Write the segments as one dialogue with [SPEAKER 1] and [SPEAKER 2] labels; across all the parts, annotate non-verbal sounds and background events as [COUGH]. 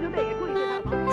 [SPEAKER 1] 球队也注意这场。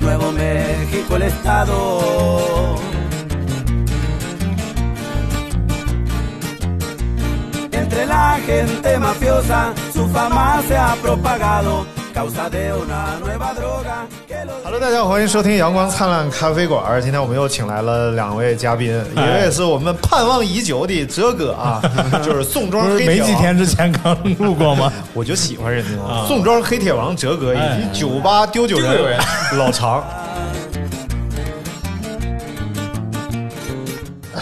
[SPEAKER 2] Nuevo México el estado. Entre la gente mafiosa, su fama se ha propagado, causa de una nueva droga que los...
[SPEAKER 3] Hello，大家好，欢迎收听阳光灿烂咖啡馆。今天我们又请来了两位嘉宾，一位是我们盼望已久的哲哥 [LAUGHS] 啊，就是宋庄
[SPEAKER 4] 不
[SPEAKER 3] 黑
[SPEAKER 4] 是
[SPEAKER 3] 铁
[SPEAKER 4] 没
[SPEAKER 3] 王
[SPEAKER 4] 几天之前刚录过吗？
[SPEAKER 3] 我就喜欢人家哎了宋庄黑铁王哲哥以及酒吧丢酒人老 [LAUGHS] 常。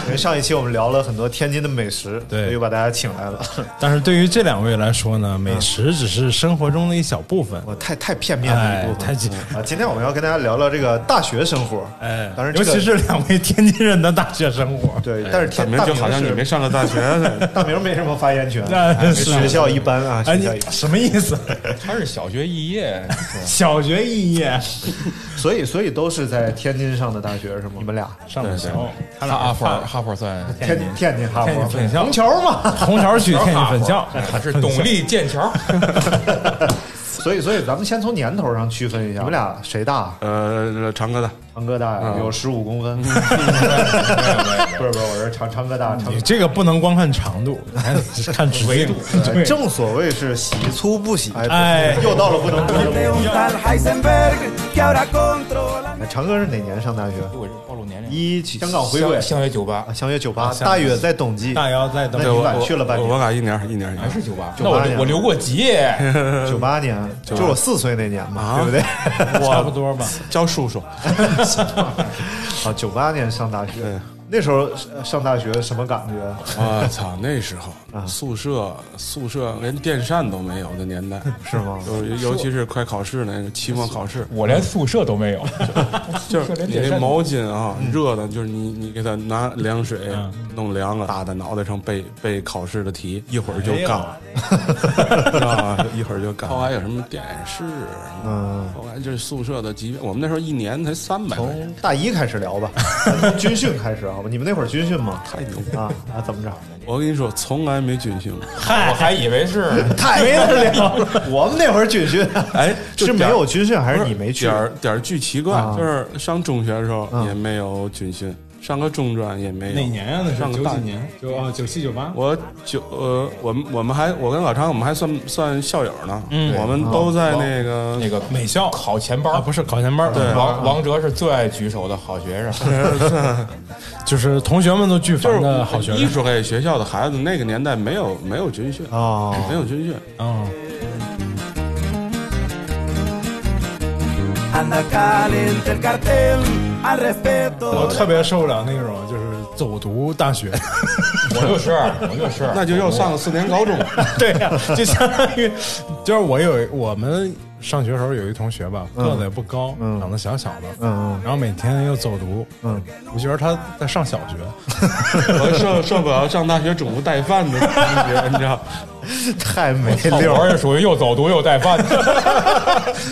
[SPEAKER 3] 因为上一期我们聊了很多天津的美食，
[SPEAKER 4] 对
[SPEAKER 3] 所以又把大家请来了。
[SPEAKER 4] [LAUGHS] 但是对于这两位来说呢，美食只是生活中的一小部分。
[SPEAKER 3] 我太太片面了一部分
[SPEAKER 4] 哎太紧
[SPEAKER 3] 啊！今天我们要跟大家聊聊这个大学生活，
[SPEAKER 4] 哎，
[SPEAKER 3] 嗯当然这
[SPEAKER 4] 尤
[SPEAKER 3] 个
[SPEAKER 4] 其是两位天津人的大学生活，哎
[SPEAKER 3] 对，但是天
[SPEAKER 5] 大明就好像你
[SPEAKER 3] 是
[SPEAKER 5] 没上过大学似的，
[SPEAKER 3] 嗯大明没什么发言权，
[SPEAKER 4] [LAUGHS] 那
[SPEAKER 3] 哎
[SPEAKER 4] 是啊
[SPEAKER 3] 学校一般啊，
[SPEAKER 4] 哎，
[SPEAKER 3] 学
[SPEAKER 4] 你
[SPEAKER 3] 校一般。
[SPEAKER 4] 什么意思？
[SPEAKER 5] 他是小学
[SPEAKER 4] [LAUGHS]
[SPEAKER 5] 肄业，
[SPEAKER 4] 小学肄业
[SPEAKER 3] 所以所以都是在天津上的大学是吗？你们俩
[SPEAKER 4] 上
[SPEAKER 5] 对
[SPEAKER 4] 的时
[SPEAKER 5] 对
[SPEAKER 4] 候，，
[SPEAKER 5] 他哈佛哈佛算
[SPEAKER 3] 天津天津哈
[SPEAKER 4] 天
[SPEAKER 3] 佛
[SPEAKER 4] 津分校
[SPEAKER 3] 虹桥嘛，
[SPEAKER 4] 虹桥区天津分校，
[SPEAKER 5] 他是董
[SPEAKER 4] [LAUGHS]
[SPEAKER 5] 力剑桥。
[SPEAKER 3] 所以，所以咱们先从年头上区分一下，你们俩谁大？啊
[SPEAKER 5] 呃，长哥的，
[SPEAKER 3] 长哥大呀，
[SPEAKER 5] 嗯
[SPEAKER 3] 有十五公分。 [LAUGHS] 不是不是，我是长长哥大，长
[SPEAKER 4] 你这个不能光看长度，还得是看维度。
[SPEAKER 3] 哎
[SPEAKER 4] [LAUGHS] 对，
[SPEAKER 3] 正所谓是喜粗不喜，
[SPEAKER 4] 哎
[SPEAKER 3] 又到了不 [LAUGHS] 能多
[SPEAKER 2] De un tal Heisenberg que ahora controla...
[SPEAKER 3] 长哥是哪年上大学？
[SPEAKER 5] 我是暴露年龄。
[SPEAKER 3] 一香港回归，
[SPEAKER 5] 相约九八
[SPEAKER 3] 啊，相约九八，大约在冬季，
[SPEAKER 4] 大姚在等
[SPEAKER 3] 那
[SPEAKER 5] 对
[SPEAKER 3] 你
[SPEAKER 5] 我
[SPEAKER 3] 晚去了半年
[SPEAKER 5] 我我赶一年一年还是九八，那
[SPEAKER 3] 98年
[SPEAKER 5] 我我留过级，
[SPEAKER 3] [LAUGHS] 九八年，就是我四岁那年
[SPEAKER 5] 啊
[SPEAKER 3] 嘛，对不对？
[SPEAKER 5] [LAUGHS]
[SPEAKER 4] 差不多吧。
[SPEAKER 5] 叫叔叔。
[SPEAKER 3] 啊，九八年上大学
[SPEAKER 5] 对，
[SPEAKER 3] 那时候呃上大学什么感觉？
[SPEAKER 5] 我啊操，那时候宿舍宿舍连电扇都没有的年代，
[SPEAKER 3] 是吗？
[SPEAKER 5] 尤尤其是快考试那个期末考试，
[SPEAKER 4] 我连宿舍都没有，
[SPEAKER 5] 就是你那毛巾啊，热的，就是你你给它拿凉水弄凉了，打在脑袋上背背考试的题，一会儿就干了， [LAUGHS] 啊，一会儿就干。后来有什么电视，啊
[SPEAKER 3] 嗯，
[SPEAKER 5] 后来就是宿舍的级别，我们那时候一年才三百，
[SPEAKER 3] 从大一开始聊吧，咱从军训开始好吧？你们那会儿军训吗？
[SPEAKER 5] 太牛！
[SPEAKER 3] 啊啊，怎么着？
[SPEAKER 5] 我跟你说，从来没军训过，
[SPEAKER 4] 嗨，我还以为是
[SPEAKER 3] [LAUGHS] 太没得了了。我们那会儿军训，
[SPEAKER 5] [LAUGHS] 哎，就是
[SPEAKER 3] 没
[SPEAKER 5] 点儿
[SPEAKER 3] 有军训还是你没去
[SPEAKER 5] 点？儿点儿巨奇怪
[SPEAKER 3] 啊，
[SPEAKER 5] 就是上中学的时候
[SPEAKER 3] 嗯
[SPEAKER 5] 也没有军训，上个中专也没有。
[SPEAKER 4] 哪年 [LAUGHS] 啊？那
[SPEAKER 5] 上
[SPEAKER 4] 是
[SPEAKER 5] 个
[SPEAKER 4] 九
[SPEAKER 5] 大
[SPEAKER 4] 几年？九啊，九七九八。
[SPEAKER 5] 我九呃，我们我们还我跟老常我们还算算校友呢，
[SPEAKER 4] 嗯
[SPEAKER 5] 我们都在那个
[SPEAKER 6] 那个
[SPEAKER 4] 美校
[SPEAKER 6] 考前班
[SPEAKER 4] 啊，
[SPEAKER 6] 儿，
[SPEAKER 4] 不是考前班，对
[SPEAKER 3] 啊
[SPEAKER 6] 王王哲是最爱举手的好学生，
[SPEAKER 4] 就是同学们都巨
[SPEAKER 5] 就是
[SPEAKER 4] 烦的好学
[SPEAKER 5] 艺
[SPEAKER 4] 生。
[SPEAKER 5] 术类学校的孩子，那个年代没有没有军训，
[SPEAKER 3] 哦，
[SPEAKER 5] 没有军训，
[SPEAKER 4] 嗯，
[SPEAKER 2] Anda caliente el cartel, al respeto...
[SPEAKER 4] 我特别受不了那种就是走读大学， [LAUGHS]
[SPEAKER 6] 我就是我就是，
[SPEAKER 5] 那就要上四年高中。
[SPEAKER 4] 对呀、就相当于就是我有我们上学时候有一同学吧，个子也不高，
[SPEAKER 3] 嗯
[SPEAKER 4] 长得小小的，
[SPEAKER 5] [LAUGHS]
[SPEAKER 3] 嗯嗯
[SPEAKER 4] 然后每天又走读，
[SPEAKER 3] 嗯，
[SPEAKER 4] 我觉得他在上小学，
[SPEAKER 5] 我受受不了上大学中午带饭的同学，你知道？
[SPEAKER 3] 太没
[SPEAKER 6] 考
[SPEAKER 3] 溜
[SPEAKER 6] 博
[SPEAKER 3] 哎儿。
[SPEAKER 5] 啊
[SPEAKER 6] 是哦属于又走读又带
[SPEAKER 3] [LAUGHS]
[SPEAKER 6] 饭的。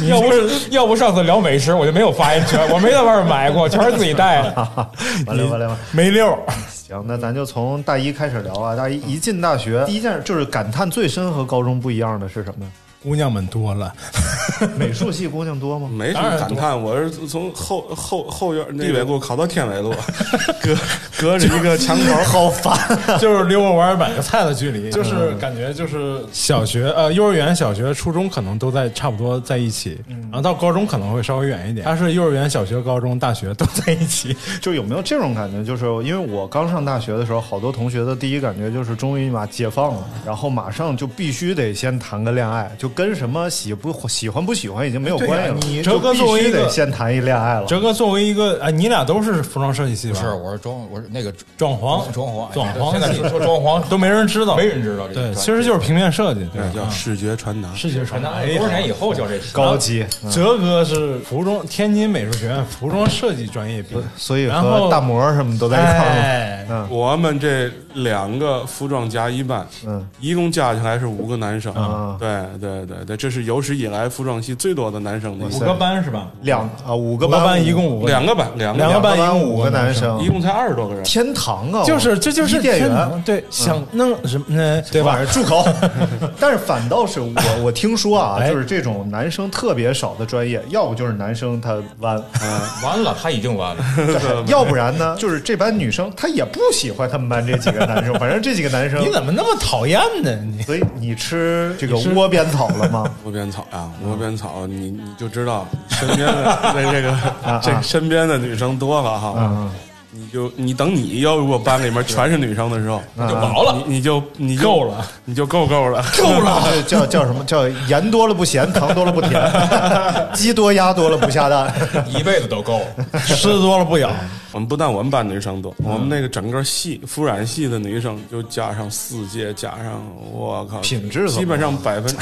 [SPEAKER 6] 要不是要不上次聊美食，我就没有发言权，我没在外面买过，全是自己带的。
[SPEAKER 3] [LAUGHS] 完了完了完了，
[SPEAKER 4] 没溜儿，
[SPEAKER 3] 行，那咱就从大一开始聊啊。大一一进
[SPEAKER 4] [LAUGHS]
[SPEAKER 3] 大学，第一件就是感叹最深和高中不一样的是什么？
[SPEAKER 6] [LAUGHS]
[SPEAKER 4] 姑娘们多了，
[SPEAKER 3] 美术系姑娘多吗？
[SPEAKER 5] 没什么感叹，我是从后后后院地纬路考到天纬路，隔隔着一个墙
[SPEAKER 3] [LAUGHS]
[SPEAKER 5] 头，
[SPEAKER 3] 好烦。 [LAUGHS]
[SPEAKER 4] 就是溜我玩买个菜的距离，就是感觉就是嗯小学呃幼儿园、小学、初中可能都在差不多在一起，
[SPEAKER 6] 嗯
[SPEAKER 4] 然后到高中可能会稍微远一点。他是幼儿园、小学、高中、大学都在一起，
[SPEAKER 3] 就有没有这种感觉？就是因为我刚上大学的时候，好多同学的第一感觉就是终于嘛解放了，然后马上就必须得先谈个恋爱，就跟什么喜不喜欢不喜欢已经没有关系了。
[SPEAKER 4] 对呀你
[SPEAKER 3] 就
[SPEAKER 4] 哲哥
[SPEAKER 3] 必
[SPEAKER 4] 作为
[SPEAKER 3] 须
[SPEAKER 4] 一个
[SPEAKER 3] 得先谈一恋爱了。
[SPEAKER 4] 哲哥作为一个啊，你俩都是服装设计系吧？
[SPEAKER 7] 不是，我是装，我是那个
[SPEAKER 4] 装潢
[SPEAKER 7] 装潢，哎
[SPEAKER 4] 装潢
[SPEAKER 7] 现在
[SPEAKER 4] 系
[SPEAKER 7] 说说装潢
[SPEAKER 4] 都没人知道，
[SPEAKER 7] 没人知道这个
[SPEAKER 4] 对，
[SPEAKER 7] 专
[SPEAKER 4] 其实就是平面设计，对
[SPEAKER 5] 对，叫视觉传达。
[SPEAKER 4] 视觉传达。哎呀
[SPEAKER 7] 多少年以后叫这戏
[SPEAKER 3] 高级，
[SPEAKER 4] 哎
[SPEAKER 3] 嗯
[SPEAKER 4] 哲哥是服装天津美术学院服装设计专业毕业，
[SPEAKER 3] 所以
[SPEAKER 4] 然
[SPEAKER 3] 和
[SPEAKER 4] 后
[SPEAKER 3] 大魔什么都在一块儿了。
[SPEAKER 4] 哎，
[SPEAKER 3] 嗯
[SPEAKER 5] 我们这两个服装加一班，
[SPEAKER 3] 嗯，
[SPEAKER 5] 一共加起来是五个男生。
[SPEAKER 3] 啊
[SPEAKER 5] 对对对对，这是有史以来服装系最多的男生的一
[SPEAKER 4] 五
[SPEAKER 5] 次，
[SPEAKER 4] 个班是吧？
[SPEAKER 3] 两啊五个
[SPEAKER 4] 五个班一共
[SPEAKER 3] 五
[SPEAKER 4] 五个，
[SPEAKER 5] 两个班，两
[SPEAKER 4] 两
[SPEAKER 5] 个
[SPEAKER 4] 个班
[SPEAKER 3] 班
[SPEAKER 4] 一共
[SPEAKER 3] 五
[SPEAKER 4] 五
[SPEAKER 3] 个
[SPEAKER 4] 个
[SPEAKER 3] 男
[SPEAKER 4] 男生
[SPEAKER 3] 生
[SPEAKER 5] 一，共才二十多个人。
[SPEAKER 3] 天堂啊！
[SPEAKER 4] 就是这就是
[SPEAKER 3] 伊甸
[SPEAKER 4] 天
[SPEAKER 3] 园 [LAUGHS]
[SPEAKER 4] 堂，对，
[SPEAKER 7] 嗯
[SPEAKER 4] 想弄什么呢？对吧？
[SPEAKER 3] 吧？住
[SPEAKER 7] [LAUGHS]
[SPEAKER 3] 口！但是反倒是
[SPEAKER 4] [LAUGHS]
[SPEAKER 3] 我，我听说啊，
[SPEAKER 4] 哎
[SPEAKER 3] 就是这种男生特别少的专业，要不就是男生他弯，
[SPEAKER 4] 啊
[SPEAKER 7] 完了，他已经完 [LAUGHS] 了。
[SPEAKER 3] [LAUGHS] 要不然呢，就是这班女生她也不喜欢他们班这几个
[SPEAKER 4] [LAUGHS]
[SPEAKER 3] 男生，反正这几个男生
[SPEAKER 4] 你。怎么那么讨厌呢？你
[SPEAKER 3] 所以你吃这个
[SPEAKER 4] 你吃
[SPEAKER 3] 窝边草了
[SPEAKER 4] [LAUGHS]
[SPEAKER 3] 吗？
[SPEAKER 5] 窝边草啊，
[SPEAKER 3] 嗯
[SPEAKER 5] 窝边草，你你就知道身边的这
[SPEAKER 3] [LAUGHS]
[SPEAKER 5] 这个这个身边的女生多了哈，
[SPEAKER 3] 啊嗯，
[SPEAKER 5] 你就你等你要如果班里面全是女生的时候，
[SPEAKER 3] 嗯
[SPEAKER 7] 就薄了，
[SPEAKER 5] 你你就你就
[SPEAKER 4] 够了，
[SPEAKER 5] 你就够够了，
[SPEAKER 3] 够了， [LAUGHS] 叫叫什么叫盐多了不
[SPEAKER 4] [LAUGHS]
[SPEAKER 3] 咸，糖多了不甜，鸡多鸭多了不下蛋。
[SPEAKER 7] [LAUGHS]
[SPEAKER 4] [LAUGHS]
[SPEAKER 7] 一辈子都够了。
[SPEAKER 4] 吃多了不咬，
[SPEAKER 5] 我们不但我们班女生多，
[SPEAKER 4] 嗯
[SPEAKER 5] 我们那个整个系肤染系的女生就加上四届，加上我靠，
[SPEAKER 3] 品质怎么样
[SPEAKER 5] 基本上
[SPEAKER 4] [LAUGHS]
[SPEAKER 5] 百分。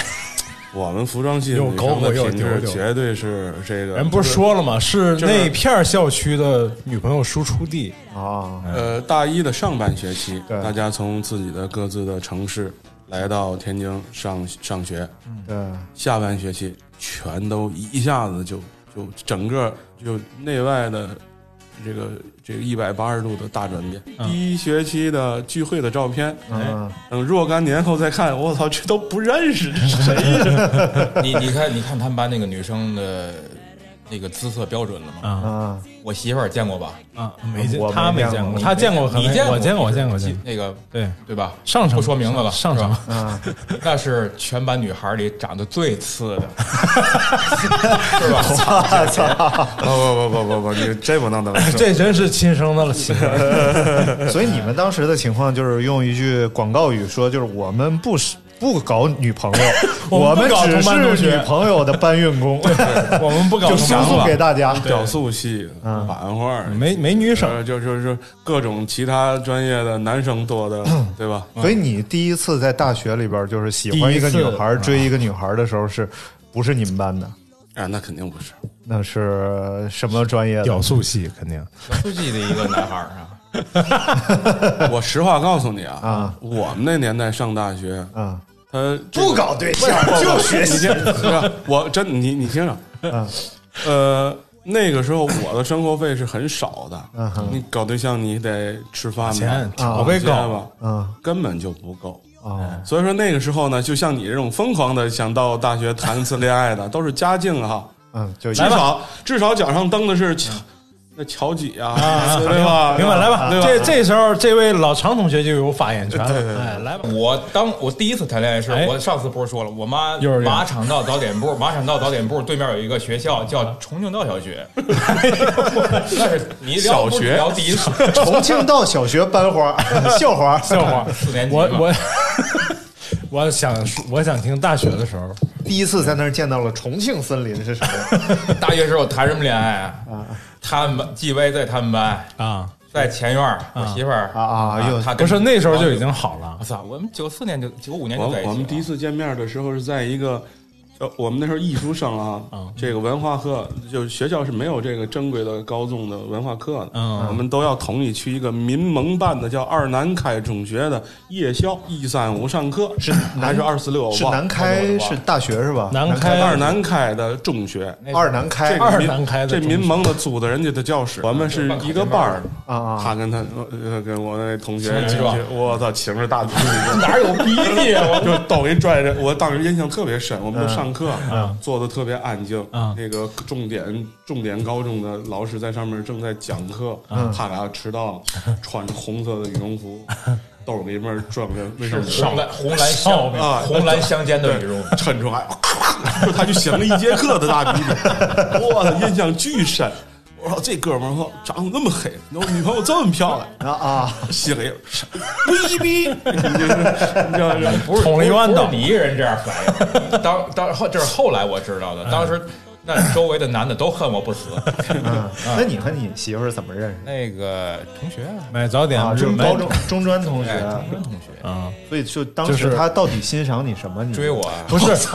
[SPEAKER 5] 我们服装系的
[SPEAKER 4] 又
[SPEAKER 5] 女生
[SPEAKER 4] 啊狗
[SPEAKER 5] 的
[SPEAKER 4] 狗又
[SPEAKER 5] 品质
[SPEAKER 4] 丢丢
[SPEAKER 5] 绝对是这个，
[SPEAKER 4] 人不是说了吗？是
[SPEAKER 5] 就是
[SPEAKER 4] 那片儿校区的女朋友输出地，
[SPEAKER 3] 啊，
[SPEAKER 5] 呃大一的上半学期，
[SPEAKER 3] 对
[SPEAKER 5] 大家从自己的各自的城市来到天津上上学，
[SPEAKER 3] 对，
[SPEAKER 5] 下半学期全都一下子就就整个就内外的这个这个一百八十度的大转变。
[SPEAKER 4] 嗯
[SPEAKER 5] 第一学期的聚会的照片，
[SPEAKER 4] 哎
[SPEAKER 3] 嗯，
[SPEAKER 5] 等若干年后再看，我操，这都不认识，这是谁呀？
[SPEAKER 7] 你你看，你看他们班那个女生的那个姿色标准了吗？
[SPEAKER 4] 啊
[SPEAKER 3] 啊，
[SPEAKER 4] [LAUGHS]
[SPEAKER 7] 我媳妇儿见过吧？
[SPEAKER 4] 啊，没见
[SPEAKER 3] 我没
[SPEAKER 4] 他没
[SPEAKER 3] 见
[SPEAKER 4] 见
[SPEAKER 3] 过
[SPEAKER 4] 过，他见过可能，
[SPEAKER 7] 你见
[SPEAKER 4] 我见过，我见过，
[SPEAKER 7] 是
[SPEAKER 4] 见过
[SPEAKER 7] 那个
[SPEAKER 4] 对。
[SPEAKER 7] 对吧？ [LAUGHS]
[SPEAKER 4] 上层
[SPEAKER 7] 不说名字了，
[SPEAKER 4] 上
[SPEAKER 7] 是
[SPEAKER 4] 层
[SPEAKER 7] 吧？
[SPEAKER 3] 嗯，
[SPEAKER 7] 那是全班女孩里长得最次的， [LAUGHS] 是吧？
[SPEAKER 3] 我操！
[SPEAKER 5] 不不不不不，你这不能当 [LAUGHS]
[SPEAKER 4] 这真是亲生的了，亲生的
[SPEAKER 3] 所以你们当时的情况就是用一句广告语说，就是我们不是不搞女
[SPEAKER 5] [LAUGHS]
[SPEAKER 3] 朋友，我
[SPEAKER 4] 我们
[SPEAKER 3] 们
[SPEAKER 4] 不搞
[SPEAKER 3] 只
[SPEAKER 4] 同班同
[SPEAKER 3] 是
[SPEAKER 4] 学
[SPEAKER 3] 女朋友的搬运
[SPEAKER 5] [LAUGHS]
[SPEAKER 3] 工，
[SPEAKER 4] [LAUGHS] 我们不搞
[SPEAKER 3] [LAUGHS] 就
[SPEAKER 4] 同
[SPEAKER 3] 输
[SPEAKER 4] 班
[SPEAKER 3] 送给大家。
[SPEAKER 5] 雕塑系、版画，
[SPEAKER 4] 没没女生，
[SPEAKER 7] 嗯
[SPEAKER 5] 呃，就就是各种其他专业的男生多 [CLEARS THROAT] 的，对吧？
[SPEAKER 3] 所以你第一次在大学里边就是喜欢一个女孩，追一个女孩的时候，是不是你们班的？
[SPEAKER 5] 啊，那肯定不是。
[SPEAKER 3] 那是什么专业的？
[SPEAKER 4] 雕塑系肯定
[SPEAKER 7] 出去的一个男孩儿啊，
[SPEAKER 5] [LAUGHS] 我实话告诉你啊，
[SPEAKER 3] 啊
[SPEAKER 5] 我们那年代上大学，
[SPEAKER 3] 啊，
[SPEAKER 5] 他
[SPEAKER 3] 不搞对象就学习。
[SPEAKER 5] 是吧？我真你你听着，
[SPEAKER 3] 嗯
[SPEAKER 5] 呃，那个时候我的生活费是很少
[SPEAKER 3] 嗯
[SPEAKER 5] 的
[SPEAKER 3] 哼，
[SPEAKER 5] 你搞对象你得吃饭
[SPEAKER 4] 钱
[SPEAKER 5] 吧，
[SPEAKER 4] 宝贝
[SPEAKER 5] 钱
[SPEAKER 4] 狗，
[SPEAKER 5] 吧，
[SPEAKER 3] 嗯
[SPEAKER 5] 根本就不够。
[SPEAKER 3] 啊哦
[SPEAKER 5] 所以说那个时候呢，就像你这种疯狂的想到大学谈一次恋爱的，都是家境哈，
[SPEAKER 3] 嗯，就一
[SPEAKER 5] 至少至少脚上蹬的是乔那乔几啊，对吧？
[SPEAKER 4] 明白来吧？
[SPEAKER 5] 对吧
[SPEAKER 4] 这这时候这位老常同学就有发言权了，哎，来吧，
[SPEAKER 7] 我当我第一次谈恋爱是
[SPEAKER 4] 哎
[SPEAKER 7] 我上次不是说了，我妈
[SPEAKER 4] 幼儿园
[SPEAKER 7] 马场道早点部，马场道早点部对面有一个学校叫重庆道小
[SPEAKER 4] [LAUGHS]
[SPEAKER 7] 学，那是你聊
[SPEAKER 5] 小学
[SPEAKER 7] 聊第一次，
[SPEAKER 3] 重庆到小学班
[SPEAKER 5] [LAUGHS]
[SPEAKER 3] 花，校花，
[SPEAKER 4] 笑话，
[SPEAKER 7] 四年级
[SPEAKER 4] 我
[SPEAKER 7] 嘛
[SPEAKER 4] 我我 [LAUGHS] 想我想听大学的时候，
[SPEAKER 3] 第一次在那儿见到了重庆森林是什么？
[SPEAKER 7] 大学时候谈什么恋爱啊？他们班纪薇在他们班
[SPEAKER 4] 啊，
[SPEAKER 7] 在前院儿，我媳妇儿
[SPEAKER 3] 啊
[SPEAKER 5] 哎
[SPEAKER 3] 啊又
[SPEAKER 7] 她
[SPEAKER 4] 不
[SPEAKER 7] 跟
[SPEAKER 4] 是那时候就已经好了
[SPEAKER 7] 我，操，我们九四年就九五年
[SPEAKER 5] 我
[SPEAKER 7] 就在一起了啊
[SPEAKER 5] 我们第一次见面的时候是在一个，呃，我们那时候艺术生啊，
[SPEAKER 7] 嗯
[SPEAKER 5] 这个文化课就是学校是没有这个正规的高中的文化课的，
[SPEAKER 4] 嗯
[SPEAKER 5] 我们都要统一去一个民盟办的叫二南开中学的夜校一三五上课，是还是二四 [LAUGHS] 六？我
[SPEAKER 3] 是
[SPEAKER 5] 忘了
[SPEAKER 3] 南开是大学是吧？
[SPEAKER 4] 南开
[SPEAKER 5] 二南开的中学。
[SPEAKER 3] 二南
[SPEAKER 5] 这
[SPEAKER 3] 开
[SPEAKER 5] 个
[SPEAKER 4] 二
[SPEAKER 5] 民
[SPEAKER 4] 南开的
[SPEAKER 5] 这
[SPEAKER 4] 中
[SPEAKER 5] 民
[SPEAKER 4] 学
[SPEAKER 5] 盟的租的人家的教室， [LAUGHS] 我们是一个班儿
[SPEAKER 3] 啊啊
[SPEAKER 5] 他跟他呃跟我那同学
[SPEAKER 7] 情侣
[SPEAKER 5] 进去
[SPEAKER 7] 装，
[SPEAKER 5] 我操，情着大肚子。
[SPEAKER 7] 哪有鼻涕啊？我
[SPEAKER 5] [LAUGHS] 就抖音拽着，我当时印象特别深。我们都上上课
[SPEAKER 4] 嗯，
[SPEAKER 5] 坐的特别安静
[SPEAKER 4] 嗯。
[SPEAKER 5] 那个重点重点高中的老师在上面正在讲课，
[SPEAKER 4] 嗯
[SPEAKER 5] 他俩迟到了，穿着红色的羽绒服，兜里面装着卫生纸，
[SPEAKER 7] 是红蓝红蓝相
[SPEAKER 5] 啊，
[SPEAKER 7] 红蓝相间的羽绒
[SPEAKER 5] 对抻出来， [LAUGHS] 就他就擤了一节课的大鼻涕，我的印象巨深。我说这哥们儿我长得那么黑，然后女朋友这么漂亮啊啊！心里威逼，你就是你知道吗
[SPEAKER 7] 不是
[SPEAKER 4] 捅了一万刀
[SPEAKER 7] 不是你一个人这样反应。 [LAUGHS] 当当后这是后来我知道的，当时那周围的男的都恨我不死。
[SPEAKER 3] 嗯，那你和你媳妇儿怎么认识？
[SPEAKER 7] 那个同学啊，
[SPEAKER 4] 买早点
[SPEAKER 3] 啊，中
[SPEAKER 4] 买
[SPEAKER 3] 高中中专同
[SPEAKER 7] 哎，
[SPEAKER 3] 学，
[SPEAKER 7] 同班同学
[SPEAKER 4] 啊，
[SPEAKER 3] 所以就当
[SPEAKER 4] 就是
[SPEAKER 3] 时他到底欣赏你什么？你
[SPEAKER 7] 追我啊，
[SPEAKER 4] 不是
[SPEAKER 5] 才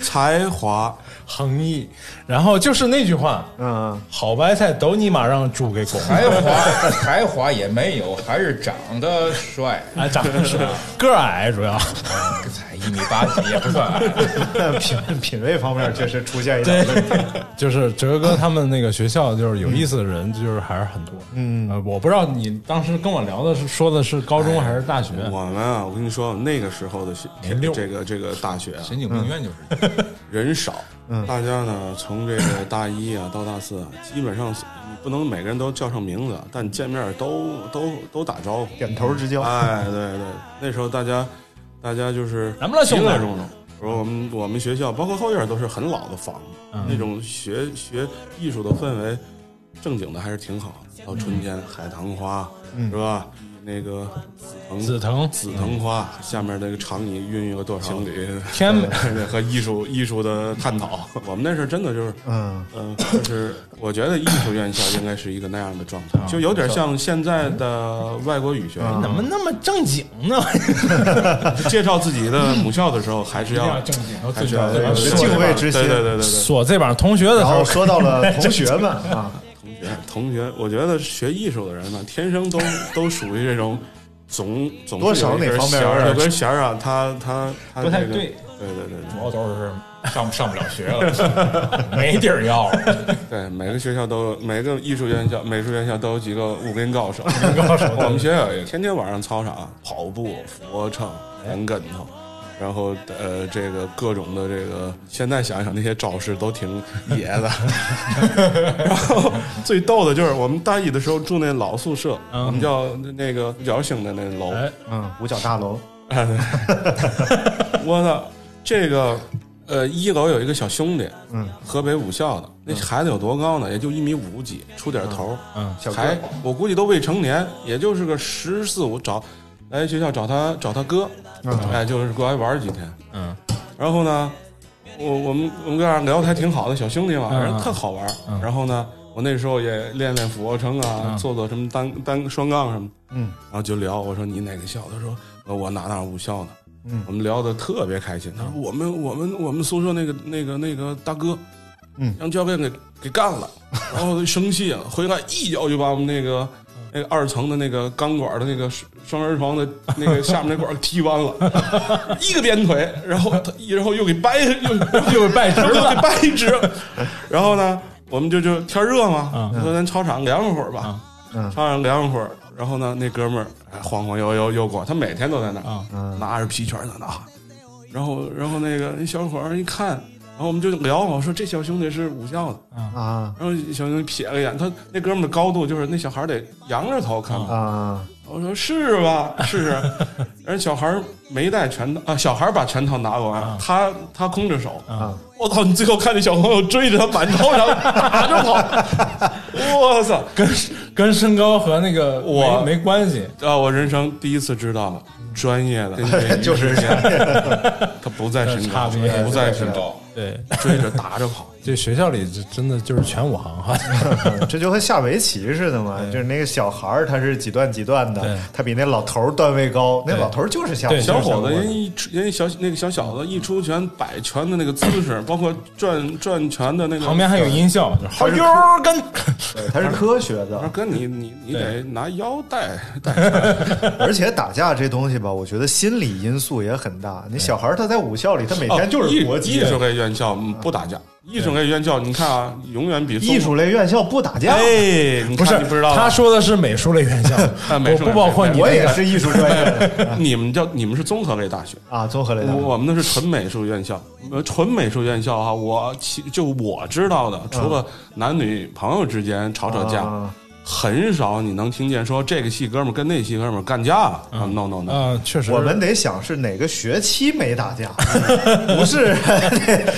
[SPEAKER 5] 才华
[SPEAKER 4] 恒毅，然后就是那句话，
[SPEAKER 3] 嗯，
[SPEAKER 4] 好白菜都你妈让猪给拱，
[SPEAKER 7] 才华才华也没有，还是长得帅，
[SPEAKER 4] [LAUGHS] 哎，长得是个儿矮主要， [LAUGHS]
[SPEAKER 7] 才一米八几也不算矮。
[SPEAKER 3] 嗯 [LAUGHS] 品品味方面确实出现一点问题。
[SPEAKER 4] 就是哲哥他们那个学校就是有意思的人 [LAUGHS] 就是还是很多，嗯，呃，我不知道你当时跟我聊的是说的是高中还是大学，
[SPEAKER 5] 我们啊，我跟你说，那个时候的学
[SPEAKER 4] 零六
[SPEAKER 5] 这个这个大学啊
[SPEAKER 7] 神经病院就是，
[SPEAKER 5] 人少，
[SPEAKER 3] 嗯
[SPEAKER 5] 大家呢从这个大一啊到大四啊，基本上你不能每个人都叫上名字，但见面都都都打招呼，
[SPEAKER 3] 点头之交
[SPEAKER 5] 哎，对对，那时候大家大家就是
[SPEAKER 4] 咱们了兄弟
[SPEAKER 5] 急来中中。我说我们我们学校，包括后院都是很老的房子，
[SPEAKER 4] 嗯
[SPEAKER 5] 那种学学艺术的氛围，正经的还是挺好的。到春
[SPEAKER 4] 嗯
[SPEAKER 5] 天，海棠花、
[SPEAKER 3] 嗯
[SPEAKER 5] 是吧？那个紫藤
[SPEAKER 4] 紫藤
[SPEAKER 5] 紫藤花下面那个长椅孕育了多少情侣？
[SPEAKER 4] 天美
[SPEAKER 5] 和艺术艺术的探讨。我们那时候真的就是，
[SPEAKER 3] 嗯，
[SPEAKER 5] 嗯、就是我觉得艺术院校应该是一个那样的状态，就有点像现在的外国语学院。
[SPEAKER 4] 怎么那么正经呢？
[SPEAKER 5] 介绍自己的母校的时候，还是要
[SPEAKER 4] 正经，
[SPEAKER 5] 还是要
[SPEAKER 3] 有
[SPEAKER 5] 对
[SPEAKER 3] 敬畏之心
[SPEAKER 5] 对对对对对。
[SPEAKER 4] [LAUGHS] 锁这帮同学的时
[SPEAKER 3] 然
[SPEAKER 4] 候
[SPEAKER 3] 后，说到了同学们啊，
[SPEAKER 5] 同学，同学，我觉得学艺术的人呢，天生都都属于这种总总
[SPEAKER 3] 多少
[SPEAKER 5] 是有一
[SPEAKER 3] 哪
[SPEAKER 5] 根
[SPEAKER 3] 方面有
[SPEAKER 5] 弦儿
[SPEAKER 3] 点
[SPEAKER 5] 有根弦儿啊，他他他
[SPEAKER 6] 不太
[SPEAKER 5] 这个
[SPEAKER 6] 对
[SPEAKER 5] 对对对
[SPEAKER 7] 主要都是上上不了学了，没地儿要了。
[SPEAKER 5] 对对，每个学校都有，每个艺术院校、美术院校都有几个武林高手。
[SPEAKER 4] 告诉
[SPEAKER 5] 我们学校也天天晚上操场跑步、俯卧撑、翻跟头，然后呃，这个各种的这个，现在想想那些招式都 [LAUGHS] 挺野的。然后最逗的就是我们大一的时候住那老宿舍，
[SPEAKER 4] 嗯
[SPEAKER 5] 我们叫那个五角星的那楼，
[SPEAKER 4] 哎，
[SPEAKER 3] 嗯，五角大楼，
[SPEAKER 5] [LAUGHS] 我操，这个呃一楼有一个小兄弟，
[SPEAKER 3] 嗯，
[SPEAKER 5] 河北武校的，那孩子有多高呢？也就一米五几，出点头，
[SPEAKER 4] 嗯，
[SPEAKER 3] 小哥，
[SPEAKER 5] 还我估计都未成年，也就是个十四五，找来学校找他找他哥，哎，就是过来玩几天，
[SPEAKER 4] 嗯，
[SPEAKER 5] 然后呢，我我们我们哥俩聊的还挺好的，小兄弟嘛，
[SPEAKER 4] 嗯
[SPEAKER 5] 然后特好玩，
[SPEAKER 4] 嗯
[SPEAKER 5] 然后呢。我那时候也练练俯卧撑啊，
[SPEAKER 4] 嗯
[SPEAKER 5] 做做什么单单双杠什么，
[SPEAKER 3] 嗯，
[SPEAKER 5] 然后就聊，我说你哪个校？他说呃我哪哪武校的，
[SPEAKER 3] 嗯
[SPEAKER 5] 我们聊的特别开心。他说我们我们我们宿舍那个那个那个大哥，
[SPEAKER 3] 嗯
[SPEAKER 5] 让教练给给干了，然后生气了，回来一脚就把我们那个那个二层的那个钢管的那个双双人床的那个下面那管儿踢弯了，一个鞭腿，然后他然后又给掰又
[SPEAKER 4] 又拜师
[SPEAKER 5] 然后
[SPEAKER 4] 了，
[SPEAKER 5] 就给掰直，然后呢，我们就就天热嘛，
[SPEAKER 4] 嗯
[SPEAKER 5] 说咱操场凉快会儿吧，
[SPEAKER 3] 嗯
[SPEAKER 5] 操场凉快会儿。然后呢，那哥们儿哎晃晃悠悠又过，他每天都在那儿
[SPEAKER 4] 啊
[SPEAKER 3] 嗯
[SPEAKER 5] 拿着皮圈在那儿，然后然后那个那小伙儿一看，然后我们就聊嘛，我说这小兄弟是武校的，
[SPEAKER 3] 啊
[SPEAKER 5] 然后小兄弟瞥了一眼，他那哥们儿的高度就是那小孩儿得仰着头看他，
[SPEAKER 3] 啊，
[SPEAKER 5] 我说是吧？是是。人家小孩儿没带拳套啊，小孩儿把拳套拿过来，他他空着手。
[SPEAKER 3] 啊
[SPEAKER 5] 我靠！你最后看那小朋友追着他满操场打着跑，
[SPEAKER 3] [LAUGHS]
[SPEAKER 5] 我操！
[SPEAKER 4] 跟 [LAUGHS] 跟身高和那个没
[SPEAKER 5] 我
[SPEAKER 4] 没关系，
[SPEAKER 5] 啊，我人生第一次知道专业的就是这样， [LAUGHS] 他不在身高，
[SPEAKER 4] 差别
[SPEAKER 5] 不在身高，
[SPEAKER 4] 对，
[SPEAKER 5] 追着打着跑。
[SPEAKER 4] 这学校里这真的就是全武啊行哈，
[SPEAKER 3] 嗯这就和下围棋似的嘛，就是那个小孩儿他是几段几段
[SPEAKER 4] 对
[SPEAKER 3] 的，他比那老头儿段位高，那
[SPEAKER 4] 对
[SPEAKER 3] 老头儿就是下
[SPEAKER 4] 对
[SPEAKER 3] 围棋
[SPEAKER 5] 小伙子，人一人一小那个小小子一出拳摆拳的那个姿势，包括转转拳的那个
[SPEAKER 4] 旁边还有音效，就是好
[SPEAKER 3] 是
[SPEAKER 4] 悠跟
[SPEAKER 3] 对他是科学
[SPEAKER 5] 我说
[SPEAKER 3] 的，
[SPEAKER 5] 哥，你你你
[SPEAKER 4] 对
[SPEAKER 5] 得拿腰带
[SPEAKER 3] [LAUGHS] 而且打架这东西吧，我觉得心理因
[SPEAKER 4] 哦
[SPEAKER 3] 素也很大。你小孩儿他在武校里，他每天就是
[SPEAKER 5] 哦艺
[SPEAKER 3] 搏击
[SPEAKER 5] 嗯艺术类院校不打架，艺术类院校，你看啊，永远比
[SPEAKER 3] 艺术类院校不打架。
[SPEAKER 5] 哎，你看
[SPEAKER 4] 不是
[SPEAKER 5] 你不知道啊，
[SPEAKER 4] 他说的是美术类院校
[SPEAKER 5] [LAUGHS] 啊，美术
[SPEAKER 4] 我不包括你
[SPEAKER 3] 我
[SPEAKER 4] 那
[SPEAKER 3] 也
[SPEAKER 4] 个
[SPEAKER 3] 是艺术专业的
[SPEAKER 5] 你们叫你们是综合类大学。
[SPEAKER 3] 啊，综合类的。
[SPEAKER 5] 我我们那是纯美术院校，呃，纯美术院校哈、我其就我知道的，除了男女朋友之间吵吵架，
[SPEAKER 3] 嗯啊
[SPEAKER 5] 很少你能听见说这个系哥们儿跟那系哥们儿干架了、
[SPEAKER 3] 嗯
[SPEAKER 5] 啊 No no no，、
[SPEAKER 4] 啊，确实
[SPEAKER 3] 我们得想是哪个学期没打
[SPEAKER 4] [LAUGHS]
[SPEAKER 3] 架，不是？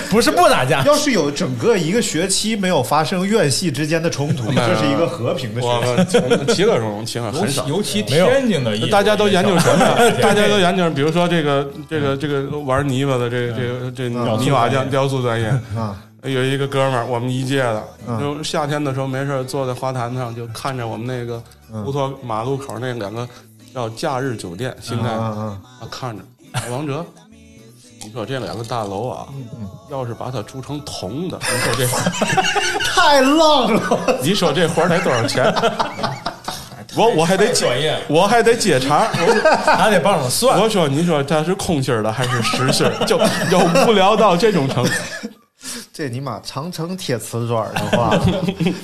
[SPEAKER 4] 不是不打架，
[SPEAKER 3] 要是有整个一个学期没有发生院系之间的冲突，这是一个和平的学
[SPEAKER 5] 我呃
[SPEAKER 3] 期。
[SPEAKER 5] 们从其乐融融，情感
[SPEAKER 7] 尤
[SPEAKER 5] 很
[SPEAKER 7] 其
[SPEAKER 5] 少。
[SPEAKER 7] 尤其天津的艺术？
[SPEAKER 5] 大家都研究什么呀 [LAUGHS] 大家都研究，比如说这个这个这个玩泥巴的，这个这个这个泥瓦匠雕塑专业
[SPEAKER 3] 啊。
[SPEAKER 5] 有一个哥们儿，我们一届的，就夏天的时候没事儿坐在花坛上，就看着我们那个乌托马路口那两个叫假日酒店，现在
[SPEAKER 3] 啊
[SPEAKER 5] 啊
[SPEAKER 3] 啊！
[SPEAKER 5] 看着哎王哲，你说这两个大楼啊，要是把它铸成铜的，你说这
[SPEAKER 3] 太浪了！
[SPEAKER 5] 你说这 [LAUGHS] 活儿得多少钱？我我还得解
[SPEAKER 7] 专业，
[SPEAKER 5] 我还得解馋，我
[SPEAKER 4] 还得
[SPEAKER 5] [LAUGHS]
[SPEAKER 4] 帮我算。
[SPEAKER 5] 我说，你说他是空心儿的还是实心儿？就有无聊到这种程度。
[SPEAKER 3] 这尼玛长城铁瓷砖的
[SPEAKER 4] [LAUGHS]
[SPEAKER 3] 话，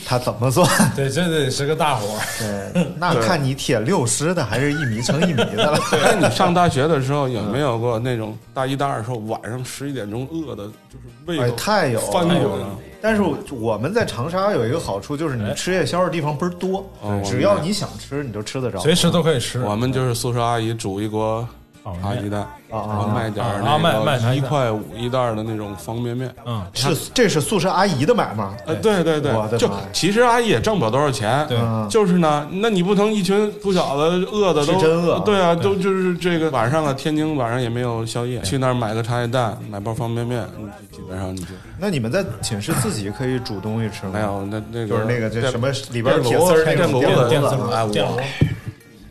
[SPEAKER 3] 他怎么算？
[SPEAKER 4] [LAUGHS] 对，这得是个大活儿。
[SPEAKER 3] 嗯对，呃那看你铁六十的还是一米乘一米的了。
[SPEAKER 5] 哎，你上大学的时候有没有过那种大一、大二的时候晚上十一点钟饿的，就是胃
[SPEAKER 3] [LAUGHS]
[SPEAKER 5] 口、
[SPEAKER 3] 哎，太有
[SPEAKER 5] 翻
[SPEAKER 3] 了
[SPEAKER 5] 滚了？
[SPEAKER 3] 但是我们在长沙有一个好处，就是你吃夜宵的地方倍儿多
[SPEAKER 5] 哎哦，
[SPEAKER 3] 只要你想吃，你就吃得着。
[SPEAKER 4] 随时都可以吃。
[SPEAKER 5] 我们就是宿舍阿姨煮一锅
[SPEAKER 3] 哦
[SPEAKER 5] 茶鸡蛋，然后卖点儿
[SPEAKER 4] 啊啊卖卖
[SPEAKER 5] 那
[SPEAKER 4] 茶
[SPEAKER 5] 个
[SPEAKER 4] 鸡
[SPEAKER 5] 一
[SPEAKER 4] 蛋
[SPEAKER 5] 块五一袋儿的那种方便面。
[SPEAKER 4] 嗯，
[SPEAKER 3] 是这是宿舍阿姨的买卖，
[SPEAKER 5] 呃，对对
[SPEAKER 3] 我的妈嗯
[SPEAKER 5] 对，就其实阿姨也挣不了多少钱，
[SPEAKER 4] 对
[SPEAKER 5] 就是呢，那你不能一群不小子饿的都
[SPEAKER 3] 是真饿
[SPEAKER 5] 对啊，都就是这个晚上了，天津晚上也没有宵夜，去那儿买个茶叶蛋，买包方便面，你基本上你就
[SPEAKER 3] 那你们在寝室自己可以煮东西吃吗？
[SPEAKER 5] 没有那那个
[SPEAKER 3] 就是那个这
[SPEAKER 5] 电
[SPEAKER 3] 什么里边
[SPEAKER 5] 电
[SPEAKER 3] 铁
[SPEAKER 5] 炉
[SPEAKER 3] 丝
[SPEAKER 5] 子
[SPEAKER 3] 儿那种
[SPEAKER 5] 电炉
[SPEAKER 3] 电
[SPEAKER 5] 子
[SPEAKER 3] 炉子啊
[SPEAKER 5] 哎
[SPEAKER 4] 电炉
[SPEAKER 5] 我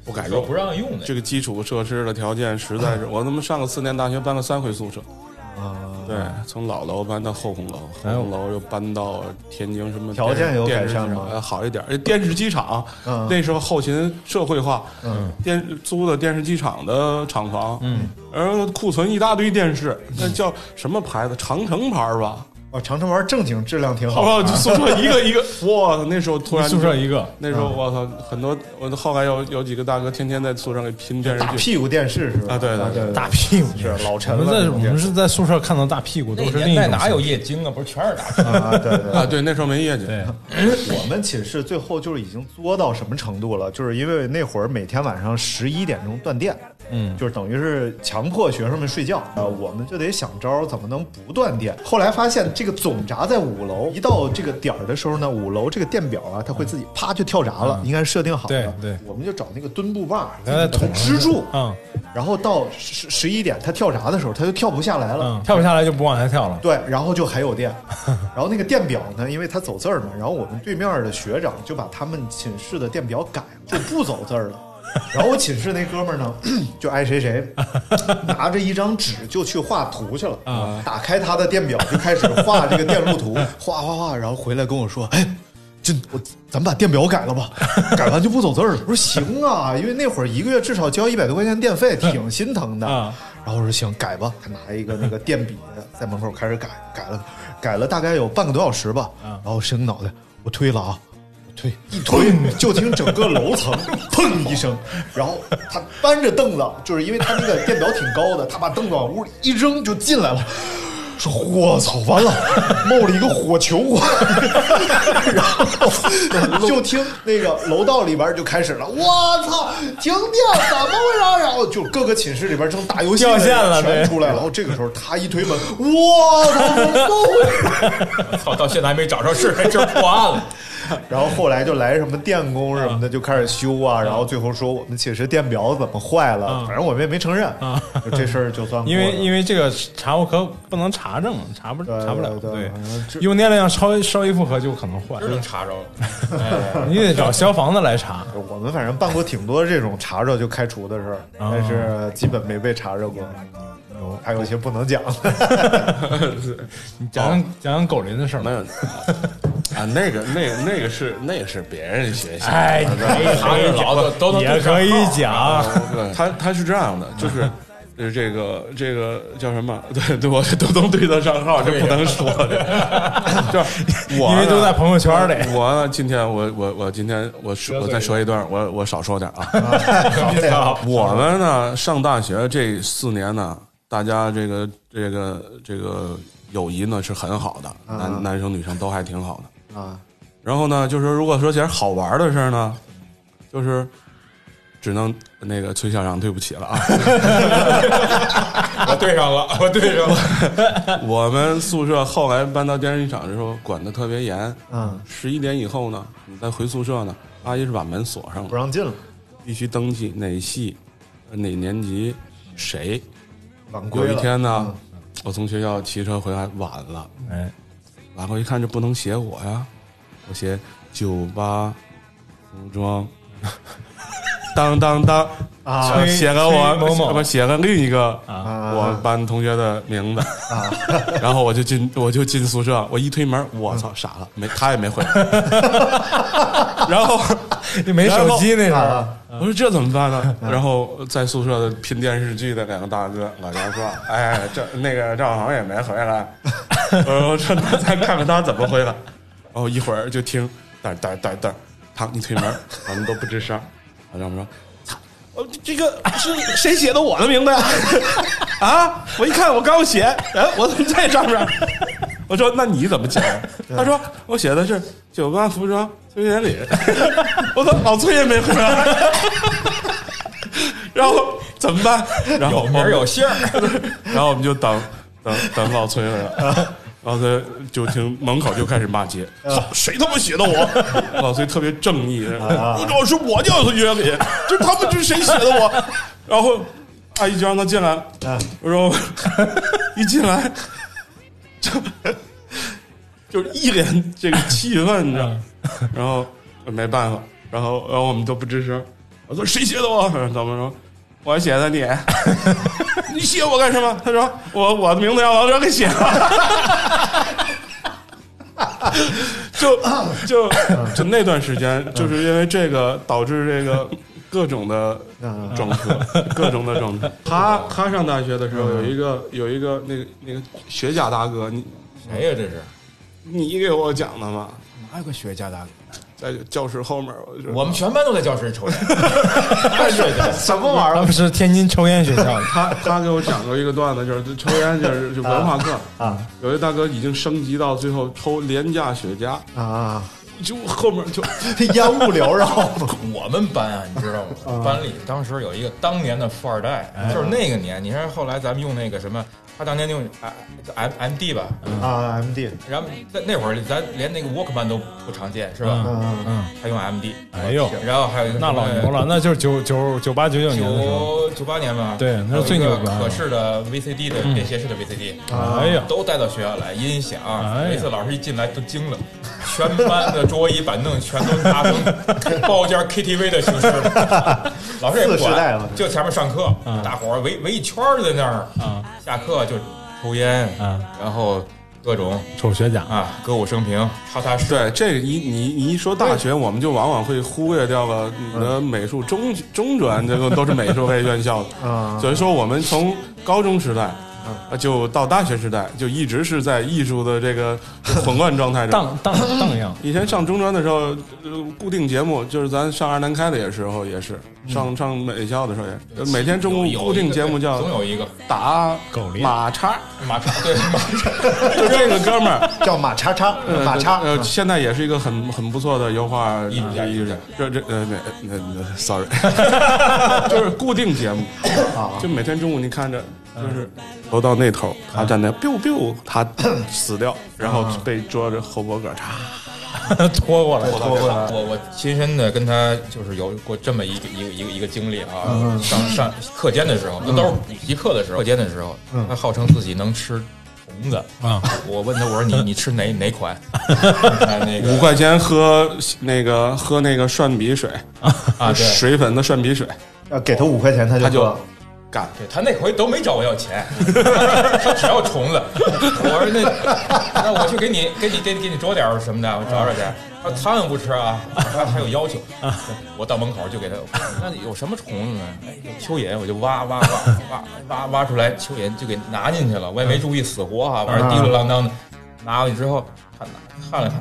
[SPEAKER 5] 不敢
[SPEAKER 7] 说
[SPEAKER 5] 用
[SPEAKER 7] 不。让用的，
[SPEAKER 5] 这个基础设施的条件实在是，我他妈上个四年大学搬了三回宿舍，哎
[SPEAKER 3] 啊，
[SPEAKER 5] 对，从老楼搬到后红楼，后红楼又搬到天津什么
[SPEAKER 3] 哎条件有改善吗
[SPEAKER 5] 电视机场呃好一点，呃电视机场
[SPEAKER 3] 嗯
[SPEAKER 5] 那时候后勤社会化，
[SPEAKER 3] 嗯，
[SPEAKER 5] 电租的电视机场的厂房，嗯，而库存一大堆电视，
[SPEAKER 3] 嗯
[SPEAKER 5] 那叫什么牌子？长城牌儿吧？
[SPEAKER 3] 哦，长城玩正经质量挺
[SPEAKER 5] 好不
[SPEAKER 3] 好，
[SPEAKER 5] 好？就宿舍一
[SPEAKER 3] [LAUGHS]
[SPEAKER 5] 个一个，哇，那时候突然
[SPEAKER 4] 宿舍一个，
[SPEAKER 5] 那时
[SPEAKER 3] 嗯
[SPEAKER 5] 候我操，很多我后来有有几个大哥天天在宿舍给拼电视
[SPEAKER 3] 大
[SPEAKER 5] 剧，
[SPEAKER 3] 屁股电视是吧？
[SPEAKER 5] 啊对对
[SPEAKER 3] 啊
[SPEAKER 5] 对
[SPEAKER 3] 对，
[SPEAKER 4] 大屁股
[SPEAKER 3] 是老
[SPEAKER 4] 我
[SPEAKER 3] 陈
[SPEAKER 4] 们
[SPEAKER 3] 了
[SPEAKER 4] 在
[SPEAKER 3] 那
[SPEAKER 4] 我
[SPEAKER 3] 种
[SPEAKER 4] 们
[SPEAKER 3] 电视
[SPEAKER 4] 是在宿舍看到大屁股都
[SPEAKER 7] 那
[SPEAKER 4] 是另
[SPEAKER 7] 年
[SPEAKER 4] 一
[SPEAKER 7] 代
[SPEAKER 4] 种。
[SPEAKER 7] 哪有液晶啊？不是全是
[SPEAKER 5] [LAUGHS]
[SPEAKER 7] 打的。
[SPEAKER 3] 啊，对对。
[SPEAKER 5] 啊，对，那时候没业绩，
[SPEAKER 4] 对
[SPEAKER 5] [LAUGHS]
[SPEAKER 3] 我们寝室最后就是已经作到什么程度了？就是因为那会儿每天晚上十一点钟断电，嗯，就是等于是强迫学生们睡觉啊、我们就得想招儿怎么能不断电。后来发现这个总闸在五楼，一到这个点儿的时候呢，五楼这个电表啊，它会自己啪就跳闸了，应该是设定好的。
[SPEAKER 4] 嗯对对
[SPEAKER 3] 我们就找那个墩布把
[SPEAKER 4] 来来
[SPEAKER 3] 把它
[SPEAKER 4] 捅
[SPEAKER 3] 支住，
[SPEAKER 4] 嗯
[SPEAKER 3] 然后到十十一点它跳闸的时候，它就跳不下来了，
[SPEAKER 4] 嗯，跳不下来就不往下跳
[SPEAKER 7] 啊
[SPEAKER 4] 了。
[SPEAKER 3] 对，然后就还有电， [LAUGHS] 然后那个电表呢，因为它走字儿嘛，然后我们对面的学长就把他们寝室的电表改了，就不走字儿了。 [LAUGHS] 然后我寝室那哥们儿呢， [CLEARS THROAT] 就爱谁谁，拿着一张纸就去画图去了。啊，打开他的电表就开始画这个电路图，画画画，然后回来跟我说：“哎，这我咱们把电表改了 [LAUGHS] 吧，改完就不走字儿了。”我说：“行啊，因为那会儿一个月至少交一百多块钱电费，挺心疼的。”
[SPEAKER 4] 啊
[SPEAKER 3] 然后我说行，改吧。他拿一个那个电笔在门口开始改，改了，改了大概有半个多小时吧。然后伸个脑袋，我推了啊，我推一推， [LAUGHS] 就听整个楼
[SPEAKER 4] [LAUGHS]
[SPEAKER 3] 层砰一声。然后他搬着凳子，就是因为他那个电表挺高的，他把凳子往屋里一扔就进来了。说我操，完了，冒了一个火球， [LAUGHS] 然后就听那个楼道里边就开始了，我操，停电，怎么回事？然后就各个寝室里边正打游戏的
[SPEAKER 4] 掉线了
[SPEAKER 3] 全
[SPEAKER 4] 对
[SPEAKER 3] 出来了。然后这个时候他一推门，我操，怎么回事？
[SPEAKER 7] 操，到现在还没找着是谁，这破案
[SPEAKER 5] [LAUGHS]
[SPEAKER 7] 了。
[SPEAKER 3] 然后后来就来什么电工什么
[SPEAKER 5] 嗯
[SPEAKER 3] 的，就开始修啊，然后最后说我们寝室电表怎么坏了，
[SPEAKER 5] 嗯
[SPEAKER 3] 反正我们也没承认，就这事儿就算过
[SPEAKER 4] 因为因
[SPEAKER 3] 为
[SPEAKER 4] 为这个查户口不能查证，查不
[SPEAKER 3] 对
[SPEAKER 4] 查不了。
[SPEAKER 3] 对对
[SPEAKER 4] 对
[SPEAKER 3] 反正，这
[SPEAKER 4] 用电量稍稍一负荷就可能坏
[SPEAKER 7] 是，能查 [LAUGHS] 着了，
[SPEAKER 4] 你得找消防的来查。
[SPEAKER 3] 我们反正办过挺多这种查着就开除的事儿，
[SPEAKER 5] 嗯
[SPEAKER 3] 但是基本没被查着过。还有一些不能讲的，
[SPEAKER 4] 你讲讲讲讲狗林的事儿吧
[SPEAKER 5] 没。有 [LAUGHS] 啊，那个那个那个是那个是别人学校，
[SPEAKER 4] 哎，
[SPEAKER 5] [LAUGHS]
[SPEAKER 7] 查着老子都能
[SPEAKER 4] 也可以
[SPEAKER 7] 对上号
[SPEAKER 4] 讲，
[SPEAKER 5] 他他是这样的，就是呃这个这个叫什么？ [LAUGHS] 对对，我都能对得上号，这不能说的。 [LAUGHS] 就是我
[SPEAKER 4] 因
[SPEAKER 5] 呢
[SPEAKER 4] 为都在朋友圈里
[SPEAKER 5] 我呢今天我我我今天我说我再说一段，我我少说点
[SPEAKER 4] [LAUGHS]
[SPEAKER 5] 啊。我们呢上大学这四年呢，大家这个这个这个友谊呢是很好的，
[SPEAKER 3] 啊
[SPEAKER 5] 男男生女生都还挺好的。
[SPEAKER 3] 啊，
[SPEAKER 5] 然后呢，就是如果说点好玩的事儿呢，就是只能那个崔校长，对不起
[SPEAKER 3] [LAUGHS]
[SPEAKER 5] 了啊。
[SPEAKER 7] 我对上了，我对上 [LAUGHS] 了。
[SPEAKER 5] 我们宿舍后来搬到电视剧场的时候，管得特别严。
[SPEAKER 3] 嗯，
[SPEAKER 5] 十一点以后呢，你再回宿舍呢，阿姨是把门锁上了，不
[SPEAKER 3] 让进了，
[SPEAKER 5] 必须登记哪系、呃哪年级、谁。
[SPEAKER 3] 晚归了
[SPEAKER 5] 有
[SPEAKER 3] 嗯 [LAUGHS]
[SPEAKER 5] 一天呢，我从学校骑车回来晚了，
[SPEAKER 4] 哎，
[SPEAKER 5] 完后一看这不能写我呀，我写酒吧服装，当当当
[SPEAKER 3] [LAUGHS] 啊
[SPEAKER 5] 呃写个我
[SPEAKER 3] 崔某某
[SPEAKER 5] 不写个另一个
[SPEAKER 3] 啊
[SPEAKER 5] 我班同学的名字啊，然后我就进我就进宿舍，我一推门，我操傻了，没他也没回来，
[SPEAKER 3] [LAUGHS]
[SPEAKER 5] 然后
[SPEAKER 4] 你没手机那时候
[SPEAKER 5] 然后
[SPEAKER 3] 啊
[SPEAKER 5] 我说这怎么办呢？然后在宿舍的拼电视剧的两个大哥老杨说：“哎，这那个赵航也没回来。”我说：“这那咱看看他怎么回来。”然后一会儿就听噔噔噔噔，他一推门，我们都不吱声。 [LAUGHS] 然后我们说：“哦，这个是谁写的我的名字呀？啊！我一看，我刚写，哎，我怎么在上面？ [LAUGHS] 我说那你怎么写？他说我写的是酒吧服装崔经理。 [LAUGHS] 我说老崔也没回来， [LAUGHS] 然后怎么办？然
[SPEAKER 7] 有
[SPEAKER 5] 后
[SPEAKER 7] 名儿有
[SPEAKER 5] [LAUGHS]
[SPEAKER 7] 姓
[SPEAKER 5] 儿，然后我们就等等等老崔回来，老崔就听门口就开始骂街，操 [LAUGHS] 谁他妈写的我？老崔特别正义，
[SPEAKER 2] 啊
[SPEAKER 5] 我老师我叫他约里，这他们这是谁写的我？
[SPEAKER 3] [LAUGHS]
[SPEAKER 5] 然后阿姨就让他进来了，我说一进来就就是一脸这个气愤，你知道吗，然后呃没办法，然后然后我们都不吱声，我说谁写的我？然后他们说我写的你，你写我干什么？他说我我的名字让王哲给写了。就就就那段时间，就是因为这个导致这个各种的撞车，各种的撞车。他他上大学的时候有一个有一个那个那个学家大哥，你
[SPEAKER 7] 谁呀？这是
[SPEAKER 5] 你给我讲的嘛？
[SPEAKER 7] 哪有个学家大哥？
[SPEAKER 5] 在教室后面，
[SPEAKER 7] 我们全班都在教室
[SPEAKER 5] [LAUGHS]
[SPEAKER 7] 抽烟，哎
[SPEAKER 5] 什么，
[SPEAKER 4] 他们是天津抽烟学校
[SPEAKER 5] 他他给我讲过一个段子，就是抽烟就是就文化课啊，有一大哥已经升级到最后抽廉价雪茄，
[SPEAKER 3] 啊，
[SPEAKER 5] 就后面就 [LAUGHS]
[SPEAKER 3] 烟雾缭绕。
[SPEAKER 7] 我们班啊，你知道吗？班里当时有一个当年的富二代，就是那个年，你看后来咱们用那个什么，他当年用啊 M M D 吧，
[SPEAKER 3] 啊，MD
[SPEAKER 7] 然后在那会儿咱连那个 Walkman 都不常见，是吧？
[SPEAKER 4] 嗯嗯，
[SPEAKER 7] 他用 M D，
[SPEAKER 4] 哎呦，
[SPEAKER 7] 然后还有一个
[SPEAKER 4] 那老牛了，那就是九九九八九九年的时候，
[SPEAKER 7] 九九八年吧，
[SPEAKER 4] 对那是最牛
[SPEAKER 7] 有
[SPEAKER 4] 的
[SPEAKER 7] 一个可视的 VCD 的便携式的 VCD，
[SPEAKER 4] 啊哎呀
[SPEAKER 7] 都带到学校来，音响，
[SPEAKER 4] 哎呀
[SPEAKER 7] 每次老师一进来都惊了，全班的桌椅板凳全都搭
[SPEAKER 4] [LAUGHS]
[SPEAKER 7] 成包间 KTV 的形式了，老师也不
[SPEAKER 3] 次时代了
[SPEAKER 7] 管，就前面上课，
[SPEAKER 4] 啊
[SPEAKER 7] 大伙儿围围一圈儿在那儿，下课就抽烟，
[SPEAKER 4] 啊
[SPEAKER 7] 然后各种
[SPEAKER 4] 抽学甲
[SPEAKER 7] 啊，歌舞升平，踏踏实
[SPEAKER 5] 对这个一你你一说大学，我们就往往会忽略掉了你的美术中中专，这个都是美术类院校的
[SPEAKER 3] 啊
[SPEAKER 5] 所以说我们从高中时代。啊就到大学时代，就一直是在艺术的这个混乱状态中
[SPEAKER 4] 荡 [LAUGHS] 荡荡漾。
[SPEAKER 5] 以前上中专的时候，呃固定节目就是咱上二南开的时候也是，上上美校的时候也是，每天中午
[SPEAKER 7] 有
[SPEAKER 5] 固定节目叫
[SPEAKER 7] 总有一个
[SPEAKER 5] 打
[SPEAKER 4] 狗铃
[SPEAKER 5] 马叉，
[SPEAKER 7] 马叉对马叉，
[SPEAKER 5] 就 [LAUGHS] 这个哥们儿，
[SPEAKER 3] 叫马叉叉，马叉，嗯
[SPEAKER 5] 呃，现在也是一个很很不错的油画艺术
[SPEAKER 7] 术
[SPEAKER 5] 家
[SPEAKER 7] 家
[SPEAKER 5] 艺术家。这这呃，那那那，sorry，就是固定节目，就每天中午你看着，就是头到那头，他站那，biu biu，他死掉，然后被捉着后脖梗，嚓，
[SPEAKER 4] [LAUGHS] 拖过来，
[SPEAKER 7] 我我我亲身的跟他就是有过这么一个一个一个一个经历
[SPEAKER 4] 嗯
[SPEAKER 7] 啊，上上课间的时候，那都是补习课的时候，课间的时候，他号称自己能吃虫子
[SPEAKER 4] 嗯啊。
[SPEAKER 7] 我问他，我说你你吃哪哪
[SPEAKER 4] [LAUGHS]
[SPEAKER 7] 款？他那
[SPEAKER 5] 五
[SPEAKER 7] 个
[SPEAKER 5] 块钱喝那个喝那个涮笔水
[SPEAKER 7] 啊，对，
[SPEAKER 5] 水粉的涮笔水，
[SPEAKER 3] 啊要给他五块钱，他
[SPEAKER 5] 他
[SPEAKER 3] 就
[SPEAKER 5] 就
[SPEAKER 3] 说
[SPEAKER 5] 干。
[SPEAKER 7] 对他那回都没找我要钱，他只要虫子。我说那那我去给你给你给你给你捉点儿什么的，我找找去。他说苍蝇不吃啊，他还有要求。我到门口就给他，那你有什么虫子呢？哎，有蚯蚓，我就挖挖挖挖挖挖出来蚯蚓就给拿进去了，我也没注意死活啊，反正滴溜啷当的拿过去之后，看看了看。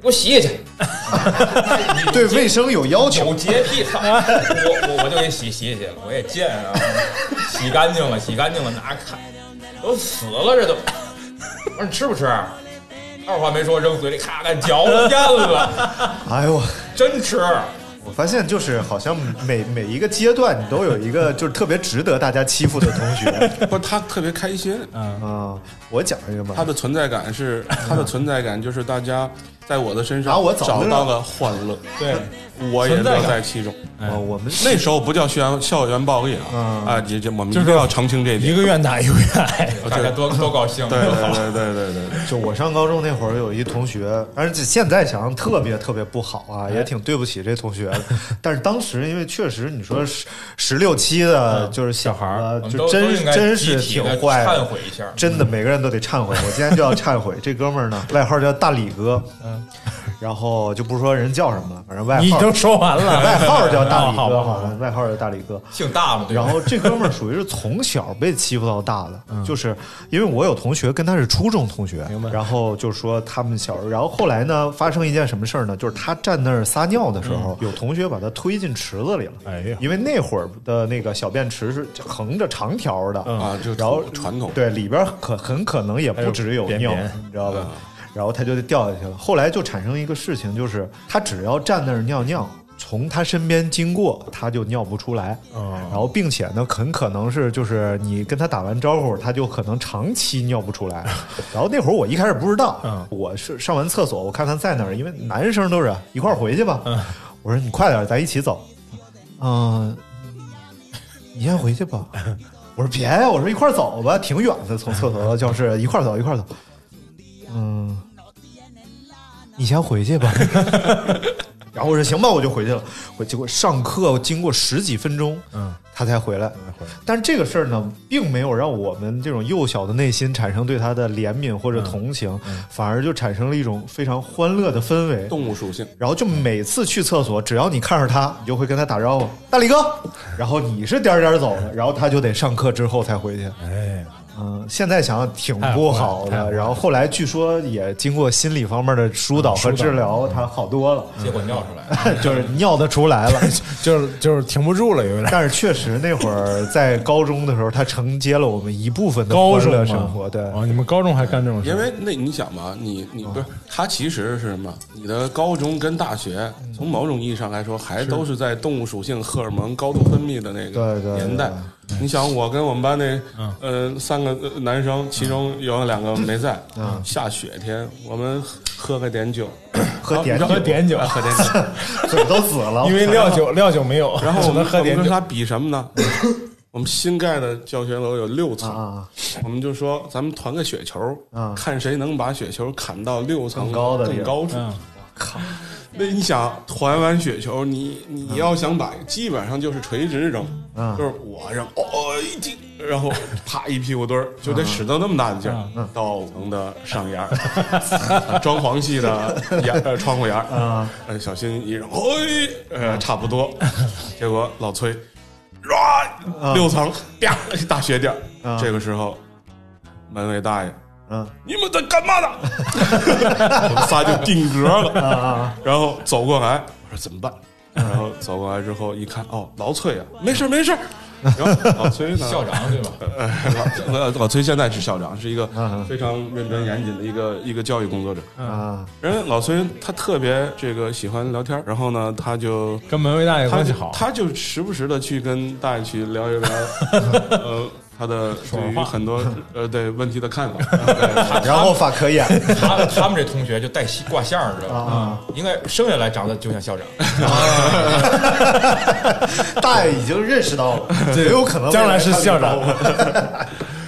[SPEAKER 7] 给我洗洗去，
[SPEAKER 3] 对卫生有要求，
[SPEAKER 7] 有洁癖，操我 [LAUGHS] 我我就给洗洗洗了，我也贱啊，洗干净了，洗干净了，拿看，都死了这都，我说你吃不吃？二话没说扔嘴里，咔咔嚼了咽了，
[SPEAKER 3] 哎呦，
[SPEAKER 7] 真吃。
[SPEAKER 3] 我发现就是好像每每一个阶段，你都有一个就是特别值得大家欺负的同
[SPEAKER 5] [LAUGHS]
[SPEAKER 3] 学，
[SPEAKER 5] 不，他特别开心
[SPEAKER 3] 啊。我讲一个吧，
[SPEAKER 5] 他的存在感是他的存在感，就是大家在我的身上
[SPEAKER 3] 拿我
[SPEAKER 5] 找
[SPEAKER 3] 早
[SPEAKER 5] 到了欢乐，
[SPEAKER 4] 对，
[SPEAKER 5] 我也乐在其中。
[SPEAKER 3] 啊，我们
[SPEAKER 5] 那时候不叫校园校园暴力
[SPEAKER 3] 嗯
[SPEAKER 5] 啊，啊，这这我们一定要澄清这一
[SPEAKER 4] 一
[SPEAKER 5] 点。
[SPEAKER 4] 个愿打一个愿挨。
[SPEAKER 7] 大家多多高兴，
[SPEAKER 5] 对对对对对对对，
[SPEAKER 3] 就我上高中那会儿，有一同学，而且现在想想特别特别不好啊，
[SPEAKER 7] 哎
[SPEAKER 3] 也挺对不起这同学
[SPEAKER 7] [LAUGHS]
[SPEAKER 3] 的。但是当时因为确实你说十十六七的，
[SPEAKER 7] 嗯
[SPEAKER 3] 就是小孩儿，
[SPEAKER 7] 我们
[SPEAKER 3] 就
[SPEAKER 7] 都都应
[SPEAKER 3] 真
[SPEAKER 7] 该
[SPEAKER 3] 真
[SPEAKER 7] 集
[SPEAKER 3] 是
[SPEAKER 7] 体
[SPEAKER 3] 挺
[SPEAKER 7] 地
[SPEAKER 3] 坏
[SPEAKER 7] 忏
[SPEAKER 3] 的。
[SPEAKER 7] 悔一下。嗯
[SPEAKER 3] 真的每个人都得忏悔。我今天就要忏悔。这哥们儿呢，外号叫大李哥，
[SPEAKER 4] 嗯
[SPEAKER 3] [LAUGHS] 然后就不说人叫什么了，反正外号
[SPEAKER 4] 你都说完
[SPEAKER 3] [LAUGHS]
[SPEAKER 4] 了，
[SPEAKER 3] 外号叫
[SPEAKER 7] [LAUGHS]
[SPEAKER 3] 大
[SPEAKER 7] 哦
[SPEAKER 3] 李
[SPEAKER 4] [LAUGHS] 好
[SPEAKER 3] 哥，
[SPEAKER 4] 吧
[SPEAKER 3] 好
[SPEAKER 4] 好
[SPEAKER 3] 像
[SPEAKER 4] 吧
[SPEAKER 3] 外号叫大李哥。
[SPEAKER 7] [LAUGHS] 姓大嘛，对吧
[SPEAKER 3] 然后这哥们儿属于是从小被欺负到大的，
[SPEAKER 4] 嗯
[SPEAKER 3] 就是因为我有同学跟他是初中同学，然后就说他们小，然后后来呢发生一件什么事儿呢？就是他站那儿撒尿的时候，有同学把他推进池子里了。
[SPEAKER 4] 嗯哎呀
[SPEAKER 3] 因为那会儿的那个小便池是横着长条的
[SPEAKER 4] 嗯
[SPEAKER 5] 啊，就
[SPEAKER 3] 嗯然后
[SPEAKER 5] 传统
[SPEAKER 3] 对，里边可很可能也不只有
[SPEAKER 4] 还有啊
[SPEAKER 3] 尿，
[SPEAKER 4] 便
[SPEAKER 3] 你知道吧？然后他就掉下去了。后来就产生一个事情，就是他只要站那儿尿尿，从他身边经过，他就尿不出来。
[SPEAKER 4] 哦
[SPEAKER 3] 然后并且呢，很可能是就是你跟他打完招呼，他就可能长期尿不出
[SPEAKER 4] [LAUGHS]
[SPEAKER 3] 来。然后那会儿我一开始不知道，
[SPEAKER 4] 嗯
[SPEAKER 3] 我是上完厕所，我看他在那儿，因为男生都是一块儿回去吧。
[SPEAKER 4] 嗯
[SPEAKER 3] 我说你快点儿，咱一起走。嗯，你先回去吧。我说别呀，我说一块儿走吧，挺远的，从厕所到教室一块儿走，一块儿走。嗯，你先回去 [LAUGHS] 吧。然后我说行吧，我就回去了。我结果上课经过十几分钟，
[SPEAKER 4] 嗯，
[SPEAKER 3] 他才回来。但是这个事儿呢，并没有让我们这种幼小的内心产生对他的怜悯或者同情，反而就产生了一种非常欢乐的氛围。
[SPEAKER 5] 动物属性。
[SPEAKER 3] 然后就每次去厕所，只要你看着他，你就会跟他打招呼，大
[SPEAKER 4] [LAUGHS]
[SPEAKER 3] 李哥。然后你是颠儿颠儿走的，然后他就得上课之后才回去。
[SPEAKER 4] 哎，
[SPEAKER 3] 嗯，现在想想挺不好
[SPEAKER 4] 太好了太好
[SPEAKER 3] 的。
[SPEAKER 4] 了
[SPEAKER 3] 然后后来据说也经过心理方面的疏导和
[SPEAKER 4] 嗯疏导
[SPEAKER 3] 治疗，他好多了，
[SPEAKER 7] 结果尿出来，
[SPEAKER 4] 嗯
[SPEAKER 3] [LAUGHS] 就是尿得出
[SPEAKER 4] [LAUGHS]
[SPEAKER 3] 来了。
[SPEAKER 4] 就是就是停不住了，有点。
[SPEAKER 3] 但是确实那会儿在高中的时候，他承接了我们一部分的
[SPEAKER 4] 高
[SPEAKER 3] 欢
[SPEAKER 4] 中
[SPEAKER 3] 乐
[SPEAKER 4] 啊
[SPEAKER 3] 生活。对，
[SPEAKER 4] 哦，你们高中还干这种事？
[SPEAKER 5] 因为那你想吧，你你不是
[SPEAKER 3] 嗯
[SPEAKER 5] 他其实是什么？你的高中跟大学，
[SPEAKER 3] 嗯
[SPEAKER 5] 从某种意义上来说，还都是在动物属性荷尔蒙高度分泌的那个
[SPEAKER 3] 对对
[SPEAKER 5] 年代。你想，我跟我们班那呃三个呃男生，其中
[SPEAKER 3] 嗯
[SPEAKER 5] 有两个没在，下雪天，我们喝喝个点酒，
[SPEAKER 3] 喝碘
[SPEAKER 4] [LAUGHS]
[SPEAKER 5] 然后
[SPEAKER 3] 酒，
[SPEAKER 4] 喝碘酒
[SPEAKER 5] 啊喝碘酒，
[SPEAKER 3] 嘴都紫了。
[SPEAKER 4] 因为料酒料酒没有，
[SPEAKER 5] 然
[SPEAKER 4] [LAUGHS]
[SPEAKER 5] 后
[SPEAKER 4] 只
[SPEAKER 5] 我们
[SPEAKER 4] 能喝
[SPEAKER 5] 我们
[SPEAKER 4] 点
[SPEAKER 5] 跟
[SPEAKER 4] 酒
[SPEAKER 5] 他比什么呢？我们新盖的教学楼有六层，
[SPEAKER 3] 啊，
[SPEAKER 5] 我们就说咱们团个雪球
[SPEAKER 3] 啊，
[SPEAKER 5] 看谁能把雪球砍到六层
[SPEAKER 3] 更高的地
[SPEAKER 5] 更
[SPEAKER 3] 儿
[SPEAKER 5] 高处。
[SPEAKER 4] 嗯
[SPEAKER 5] 那你想团完雪球，你你要想把，基本上就是垂直扔，
[SPEAKER 3] 嗯
[SPEAKER 5] 就是我扔，哦一踢，
[SPEAKER 3] [LAUGHS]
[SPEAKER 5] 然后啪一屁股墩儿，
[SPEAKER 3] 嗯
[SPEAKER 5] 就得使到那么大的劲儿，到我们的上沿儿， [LAUGHS] 装潢系的沿呃窗户沿儿，
[SPEAKER 3] 啊
[SPEAKER 5] 呃小心一扔，哎，呃差不多，
[SPEAKER 3] 嗯
[SPEAKER 5] 结果老崔，唰六层，啪大雪点
[SPEAKER 3] 啊
[SPEAKER 5] 儿，这个时候门卫大爷。
[SPEAKER 3] 嗯
[SPEAKER 5] 你们在干
[SPEAKER 3] [LAUGHS]
[SPEAKER 5] 嘛呢？我们仨就定格了，
[SPEAKER 3] 啊嗯
[SPEAKER 5] 然后走过来，我说怎么办？然后走过来之后一看，哦，老崔啊，没事儿没事儿。然后老崔
[SPEAKER 3] [LAUGHS]
[SPEAKER 5] 呢？
[SPEAKER 7] 校长对吧？
[SPEAKER 5] 呃，老老老崔现在是校长，是一个
[SPEAKER 3] 嗯
[SPEAKER 5] 非常认真严谨的一个一个教育工作者。
[SPEAKER 3] 啊啊！
[SPEAKER 5] 人老崔他特别这个喜欢聊天儿，然后呢，他就
[SPEAKER 4] 跟门卫大爷
[SPEAKER 5] 他
[SPEAKER 4] 关系
[SPEAKER 5] 就
[SPEAKER 4] 好，
[SPEAKER 5] 他就时不时的去跟大爷去聊一
[SPEAKER 4] [LAUGHS]
[SPEAKER 5] 聊，呃，他的对于
[SPEAKER 4] 话
[SPEAKER 5] 很
[SPEAKER 4] [LAUGHS]
[SPEAKER 5] 多呃对问题的看法。对
[SPEAKER 3] 然后法可眼
[SPEAKER 7] 他们他们这同学就带戏挂相，知道吧？
[SPEAKER 3] 啊，
[SPEAKER 7] 应该生下来长得就像校长，
[SPEAKER 3] [LAUGHS] 大爷已经认识到了，这有可能
[SPEAKER 4] 将来是校长。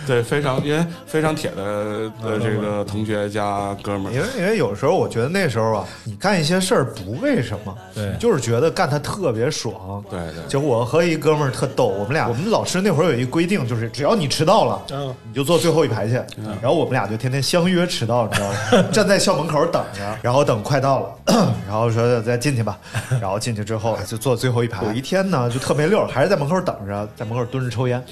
[SPEAKER 5] 对，非常因为非常铁的的这
[SPEAKER 4] 嗯
[SPEAKER 5] 个同学加哥们儿，
[SPEAKER 3] 因为因为有时候我觉得那时候啊，你干一些事儿不为什么，
[SPEAKER 5] 对
[SPEAKER 3] 就是觉得干它特别爽。
[SPEAKER 5] 对对，
[SPEAKER 3] 结果我和一哥们儿特逗，我们俩我们老师那会儿有一规定，就是只要你迟到了，
[SPEAKER 4] 嗯
[SPEAKER 3] 你就坐最后一排去。然后我们俩就天天相约迟到，你知道吗？ [LAUGHS] 站在校门口等着，然后等快到了， [CLEARS THROAT] 然后说再进去吧。然后进去之后就坐最后一排。有一天呢，就特没溜儿，还是在门口等着，在门口蹲着抽烟。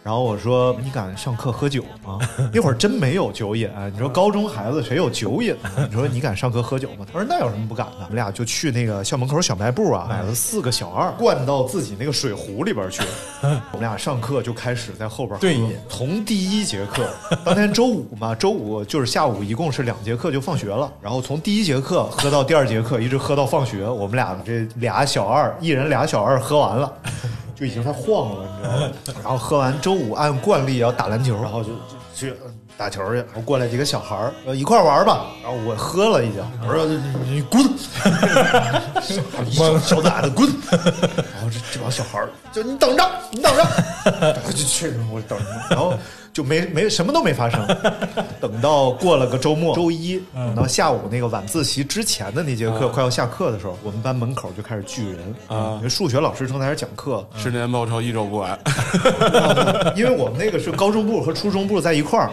[SPEAKER 3] 然后我说：“你敢上课喝酒吗？” [LAUGHS] 那会儿真没有酒瘾，啊你说高中孩子谁有酒瘾啊？你说你敢上课喝酒吗？他说：“那有什么不敢的？”我们俩就去那个校门口小卖部啊，
[SPEAKER 4] 哎
[SPEAKER 3] 买了四个小二，灌到自己那个水壶里
[SPEAKER 4] [LAUGHS]
[SPEAKER 3] 边去。我们俩上课就开始在后边喝
[SPEAKER 4] 对饮
[SPEAKER 3] 从第一节课， [LAUGHS] 当天周五嘛，周五就是下午，一共是两节课就放学了。然后从第一节课喝到第二节课，一直喝到放学。我们俩这俩小二，一人俩小二，喝完了。 [LAUGHS] 就已经在晃了，你知道吗？然后喝完周五按惯例要打篮球，然后就就去打球去。然后过来几个小孩儿，呃一块儿玩吧。然后我喝了已经，我说你你滚， [LAUGHS] 小小崽子滚。然后这这帮小孩儿就你等着，你 [LAUGHS] 等着，我就去，我等着，然后。就没没什么都没发 [LAUGHS] 生，等到过了个周末，周一，等到下午那个晚自习之前的那节课
[SPEAKER 5] 啊
[SPEAKER 3] 快要下课的时候，我们班门口就开始聚人
[SPEAKER 5] 啊
[SPEAKER 3] 因为数学老师正在那儿讲课，
[SPEAKER 5] 十年报仇一周不
[SPEAKER 4] 嗯
[SPEAKER 5] 晚，
[SPEAKER 3] [LAUGHS] 因为我们那个是高中部和初中部在一块儿，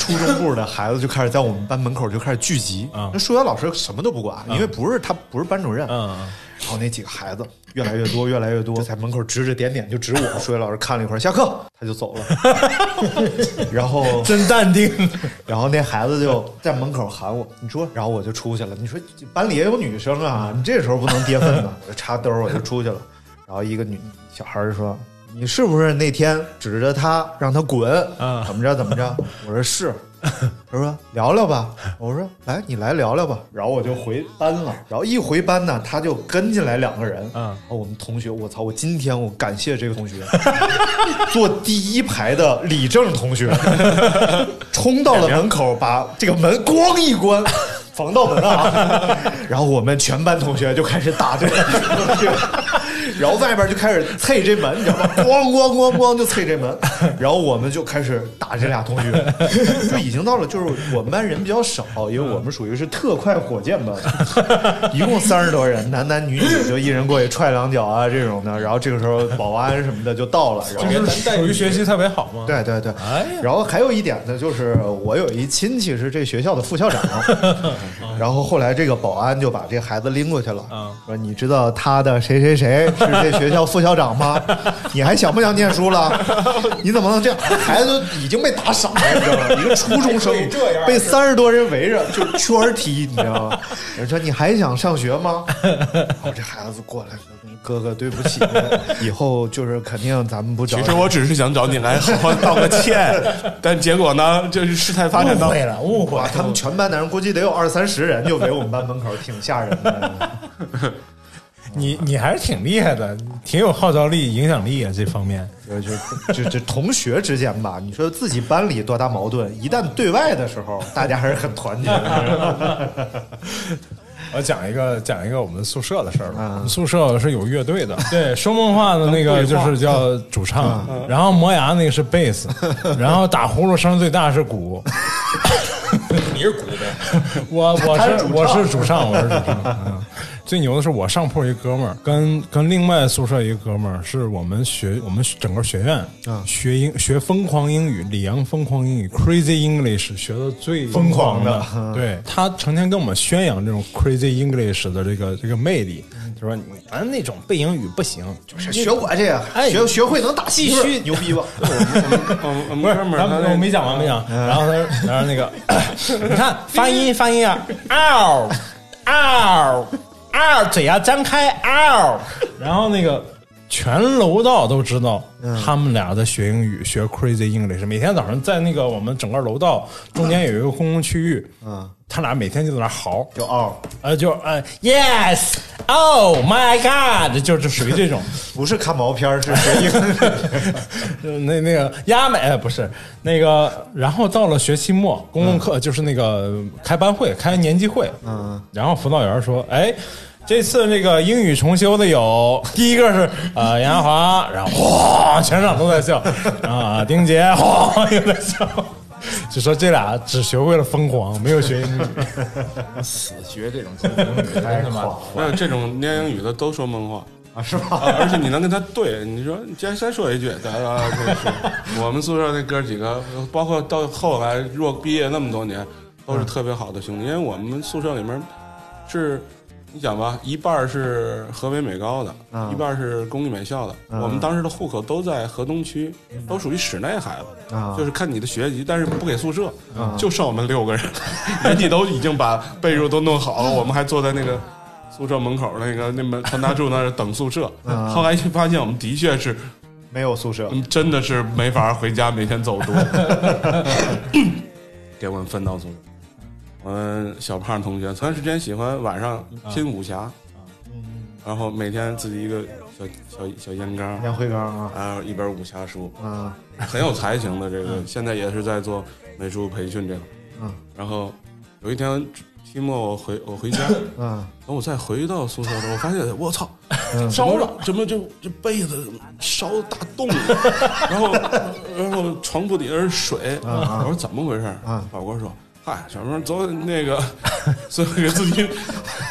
[SPEAKER 3] 初中部的孩子就开始在我们班门口就开始聚集。那数学老师什么都不管，因为不是他不是班主任。然后那几个孩子越来越多，越来越多，就在门口指指点点，就指我。数学老师看了一会儿，下课他就走了。然后
[SPEAKER 4] 真淡定。
[SPEAKER 3] [LAUGHS] 然后那孩子就在门口喊我，你说，然后我就出去了。你说班里也有女生啊，你这时候不能跌份子。我就插兜儿，我就出去了。然后一个女小孩儿就说：“你是不是那天指着他让他滚？
[SPEAKER 4] 啊
[SPEAKER 3] 怎么着怎么着？”我说：“是。”他说：“聊聊吧。”我说：“来，你来聊聊吧。”然后我就回班了。然后一回班呢，他就跟进来两个人。
[SPEAKER 4] 嗯
[SPEAKER 3] 然后我们同学，我操！我今天我感谢这个同学， [LAUGHS] 坐第一排的李正同学，冲到了门口，把这个门咣一 [LAUGHS] 关，防盗门啊！ [LAUGHS] 然后我们全班同学就开始打这个， [LAUGHS] 然后外边就开始啐这门，你知道吗？咣咣咣咣就啐这门，然后我们就开始打这俩同学， [LAUGHS] 就已经到了就是我们班人比较少，因为我们属于是特快火箭班，一共三十多人，男男女女就一人过去踹两脚啊这种的，然后这个时候保安什么的就到了，然后
[SPEAKER 4] 就是属于学习特别好嘛。
[SPEAKER 3] 对对对，
[SPEAKER 4] 哎呀
[SPEAKER 3] 然后还有一点呢，就是我有一亲戚是这学校的副校长，
[SPEAKER 7] [LAUGHS]
[SPEAKER 3] 然后后来这个保安就把这孩子拎过去了，
[SPEAKER 4] 嗯
[SPEAKER 3] 说你知道他的谁谁谁是这学校副校长吗？ [LAUGHS] 你还想不想念书了？你怎么能这样？孩子都已经被打傻了，你知道吗？一个初中生
[SPEAKER 7] 还可以这样
[SPEAKER 3] 被三十多人围着，就是圈儿踢，你知道吗？人说你还想上学吗？然后这孩子过来说。哥哥，对不起，以后就是肯定咱们不找
[SPEAKER 5] [LAUGHS] 其
[SPEAKER 3] 你。
[SPEAKER 5] 实我只是想找你来好好道
[SPEAKER 4] [LAUGHS]
[SPEAKER 5] 个歉，但结果呢，就是事态发展到
[SPEAKER 4] 了，误
[SPEAKER 3] 哇，哎他们全班男人估计得有二三十人，就围我们班门口，挺吓人的。
[SPEAKER 4] 你你还是挺厉害的，挺有号召力、影响力啊，这方面。
[SPEAKER 3] 就就 [LAUGHS] 就就同学之间吧，你说自己班里多大矛盾，一旦对外的时候，大家还是很团结的。
[SPEAKER 4] 我讲一个讲一个我们宿舍的事儿吧。
[SPEAKER 3] 嗯
[SPEAKER 4] 我们宿舍是有乐队的，对， [LAUGHS] 说梦话的那个
[SPEAKER 5] 能对
[SPEAKER 4] 就
[SPEAKER 5] 话
[SPEAKER 4] 是叫主唱，然后磨牙那个是贝 [LAUGHS] 斯，然后打呼噜声最大是鼓。
[SPEAKER 7] 你是鼓呗，
[SPEAKER 4] 我我
[SPEAKER 3] 他是
[SPEAKER 4] 是
[SPEAKER 3] 主唱
[SPEAKER 4] 我是主唱，我是主唱。嗯最牛的是我上铺一哥们儿，跟跟另外宿舍一个哥们儿，是我们学我们整个学院
[SPEAKER 3] 啊
[SPEAKER 4] 学英学疯狂英语，里昂疯狂英语 Crazy English 学的最
[SPEAKER 3] 疯狂的嗯
[SPEAKER 4] [LAUGHS] 对他成天跟我们宣扬这种 Crazy English 的这个这个魅力，就说你咱那种背英语不行，就
[SPEAKER 3] [LAUGHS]
[SPEAKER 4] 是
[SPEAKER 3] 嗯学我这个，
[SPEAKER 4] 哎
[SPEAKER 3] 学学会能打戏
[SPEAKER 4] 必须
[SPEAKER 3] 牛逼 [LAUGHS] 吧？
[SPEAKER 5] 嗯嗯
[SPEAKER 4] 不是，
[SPEAKER 5] 哥们儿
[SPEAKER 4] 咱
[SPEAKER 5] 他
[SPEAKER 4] 们
[SPEAKER 5] 那嗯
[SPEAKER 4] 我没讲完，没讲。然后他说，
[SPEAKER 5] [LAUGHS]
[SPEAKER 4] 然后那个，你看发音发音啊，嗷嗷嗷，嘴要张开嗷。然后那个全楼道都知道
[SPEAKER 5] 嗯
[SPEAKER 4] 他们俩在学英语，学 Crazy English。每天早上在那个我们整个楼道中间有一个公共区域，
[SPEAKER 3] 嗯，
[SPEAKER 4] 他俩每天就在那嚎，
[SPEAKER 3] 就哦傲，
[SPEAKER 4] 呃，就呃，Yes，Oh my God，就就属于这种。
[SPEAKER 3] 不是看毛片儿，是学英 [LAUGHS] 语。
[SPEAKER 4] 呃 [LAUGHS] 那那个亚美哎不是那个，然后到了学期末，
[SPEAKER 7] 嗯
[SPEAKER 4] 公共课就是那个开班会、开年级会，
[SPEAKER 3] 嗯，
[SPEAKER 4] 然后辅导员说：“哎，这次这个英语重修的有第一个是呃杨洋华，然后哗全场都在笑啊，丁杰哗又在笑，就说这俩只学会了疯狂，没有学英语。
[SPEAKER 7] 死学这种金风语，真他妈
[SPEAKER 5] 没有这种念英语的都说梦话
[SPEAKER 3] 啊，是吧？
[SPEAKER 5] [LAUGHS] 而且你能跟他对，你说你再再说一句，咱啊，再说我们宿舍那哥几个， [LAUGHS] 包括到后来若毕业那么多年，都是特别好的兄弟，因为我们宿舍里面是。你想吧，一半儿是河北美高的，
[SPEAKER 3] 嗯
[SPEAKER 5] 一半儿是公立美校的。
[SPEAKER 3] 嗯
[SPEAKER 5] 我们当时的户口都在河东区，都属于室内孩子，
[SPEAKER 3] 啊
[SPEAKER 5] 就是看你的学籍，但是不给宿舍，
[SPEAKER 3] 嗯
[SPEAKER 5] 就剩我们六个人， [LAUGHS] 人家都已经把被褥都弄好了，我们还坐在那个宿舍门口那个那门传达处那儿等宿舍。
[SPEAKER 3] [LAUGHS] 嗯
[SPEAKER 5] 后来一发现，我们的确是
[SPEAKER 3] 没有宿舍，
[SPEAKER 5] 嗯真的是没法回家，每天走读， [LAUGHS] 给我们分到宿舍。我们小胖同学前段时间喜欢晚上
[SPEAKER 3] 嗯
[SPEAKER 5] 拼武侠，然后每天自己一个小小小烟缸，
[SPEAKER 3] 烟灰缸啊，
[SPEAKER 5] 还有一本武侠书，
[SPEAKER 3] 啊，
[SPEAKER 5] 很有才情的这个， [LAUGHS] 现在也是在做美术培训这个。
[SPEAKER 3] 嗯，
[SPEAKER 5] 然后有一天期末我回我回
[SPEAKER 3] [LAUGHS]
[SPEAKER 5] 家，
[SPEAKER 3] 嗯，
[SPEAKER 5] 等我再回到宿舍的时候，我发现我操，烧了，怎么这这被子烧大洞了？然后然后床铺底下是水，
[SPEAKER 3] 啊
[SPEAKER 5] 我说怎么回事？
[SPEAKER 3] 啊
[SPEAKER 5] 宝哥说。嗨，小明，走，那个，所以给自 [LAUGHS] 己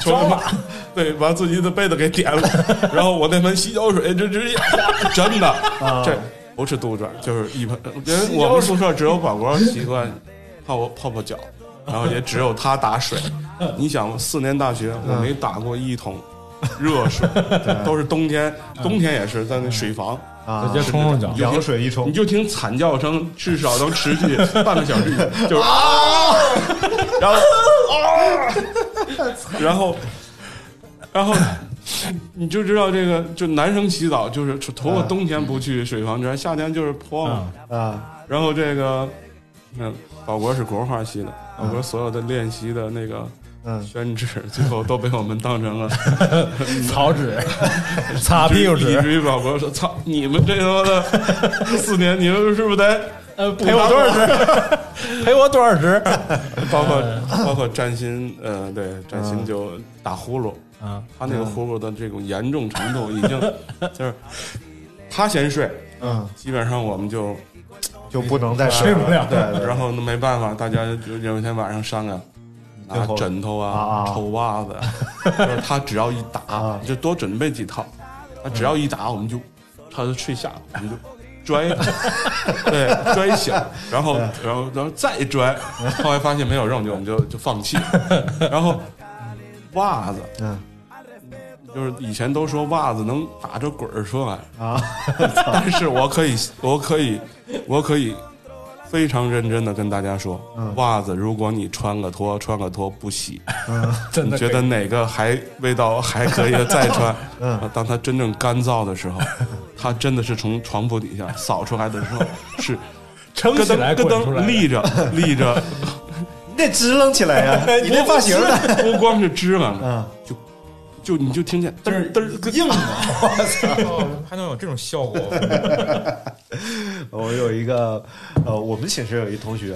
[SPEAKER 5] 装把， [LAUGHS] 对，把自己的被子给点了，然后我那盆洗脚水就直接，真的，这不是杜撰，就是一盆，因为我们宿舍只有宝国习惯泡泡泡脚，然后也只有他打水。 [LAUGHS] 你想，四年大学我没打过一桶热水，都是冬天，冬天也是在那水房，
[SPEAKER 3] 啊
[SPEAKER 4] 直接冲上脚
[SPEAKER 5] 你就听
[SPEAKER 3] 凉水一冲
[SPEAKER 5] 你就听惨叫声，至少能持续半个小时以上，就是啊，然后啊，然后，然后。你就知道这个，就男生洗澡就是除除了冬天不去水房之外，夏天就是泼嘛。
[SPEAKER 3] 啊，
[SPEAKER 5] 然后这个，嗯，保国是国画系的，保国所有的练习的那个
[SPEAKER 3] 嗯
[SPEAKER 5] 宣纸，最后都被我们当成了
[SPEAKER 4] 草纸，擦屁股
[SPEAKER 5] 以
[SPEAKER 4] 纸，
[SPEAKER 5] 至于保国说：“操，你们这他妈的四年，你们是不是得
[SPEAKER 4] 呃，赔我多少只？赔我多少只？
[SPEAKER 5] 包括包括占星？呃，对，占星就打呼噜，
[SPEAKER 4] 啊，
[SPEAKER 5] 他那个呼噜的这种严重程度已经就是他先睡，
[SPEAKER 3] 嗯，
[SPEAKER 5] 基本上我们就
[SPEAKER 3] 就不能再
[SPEAKER 4] 睡不了
[SPEAKER 3] 对，对
[SPEAKER 5] 然后那没办法，大家就有一天晚上商量，拿
[SPEAKER 3] 最后
[SPEAKER 5] 枕头
[SPEAKER 3] 啊
[SPEAKER 5] 啊、
[SPEAKER 3] 啊
[SPEAKER 5] 臭
[SPEAKER 3] [LAUGHS]
[SPEAKER 5] 袜子啊，就是他只要一打
[SPEAKER 3] 啊，
[SPEAKER 5] 就多准备几套。他只要一打，我们就他就睡下，我们就拽， [LAUGHS] 对，拽醒，然后然后然后再拽，后来发现没有用，就我们就就放弃。然后袜子，
[SPEAKER 3] 嗯
[SPEAKER 5] 就是以前都说袜子能打着滚儿出来，
[SPEAKER 3] 啊，
[SPEAKER 5] [LAUGHS] 但是我可以，我可以，我可以非常认真的跟大家说，
[SPEAKER 3] 嗯
[SPEAKER 5] 袜子如果你穿个脱，穿个脱不洗，
[SPEAKER 3] 嗯
[SPEAKER 5] [LAUGHS]
[SPEAKER 4] 真
[SPEAKER 5] 你
[SPEAKER 4] 的
[SPEAKER 5] 觉得哪个还味道还可以的再
[SPEAKER 3] [LAUGHS]
[SPEAKER 5] 穿，
[SPEAKER 3] 嗯
[SPEAKER 5] 啊当它真正干燥的时候，它真的是从床铺底下扫出来的
[SPEAKER 3] [LAUGHS]
[SPEAKER 5] 时候是
[SPEAKER 4] 撑
[SPEAKER 5] 咯
[SPEAKER 4] 起来
[SPEAKER 5] 噔咯
[SPEAKER 4] 滚出
[SPEAKER 5] 噔
[SPEAKER 4] 来的。
[SPEAKER 5] 立着立着，
[SPEAKER 3] [LAUGHS] 你得支棱起来呀， [LAUGHS] 你这发型呢？
[SPEAKER 5] 不光是支棱，
[SPEAKER 3] 嗯，
[SPEAKER 5] 就你就听见嘚儿嘚儿硬
[SPEAKER 4] [LAUGHS]
[SPEAKER 7] 哦还能有这种效果？
[SPEAKER 3] 我有一个，呃，我们寝室有一同学，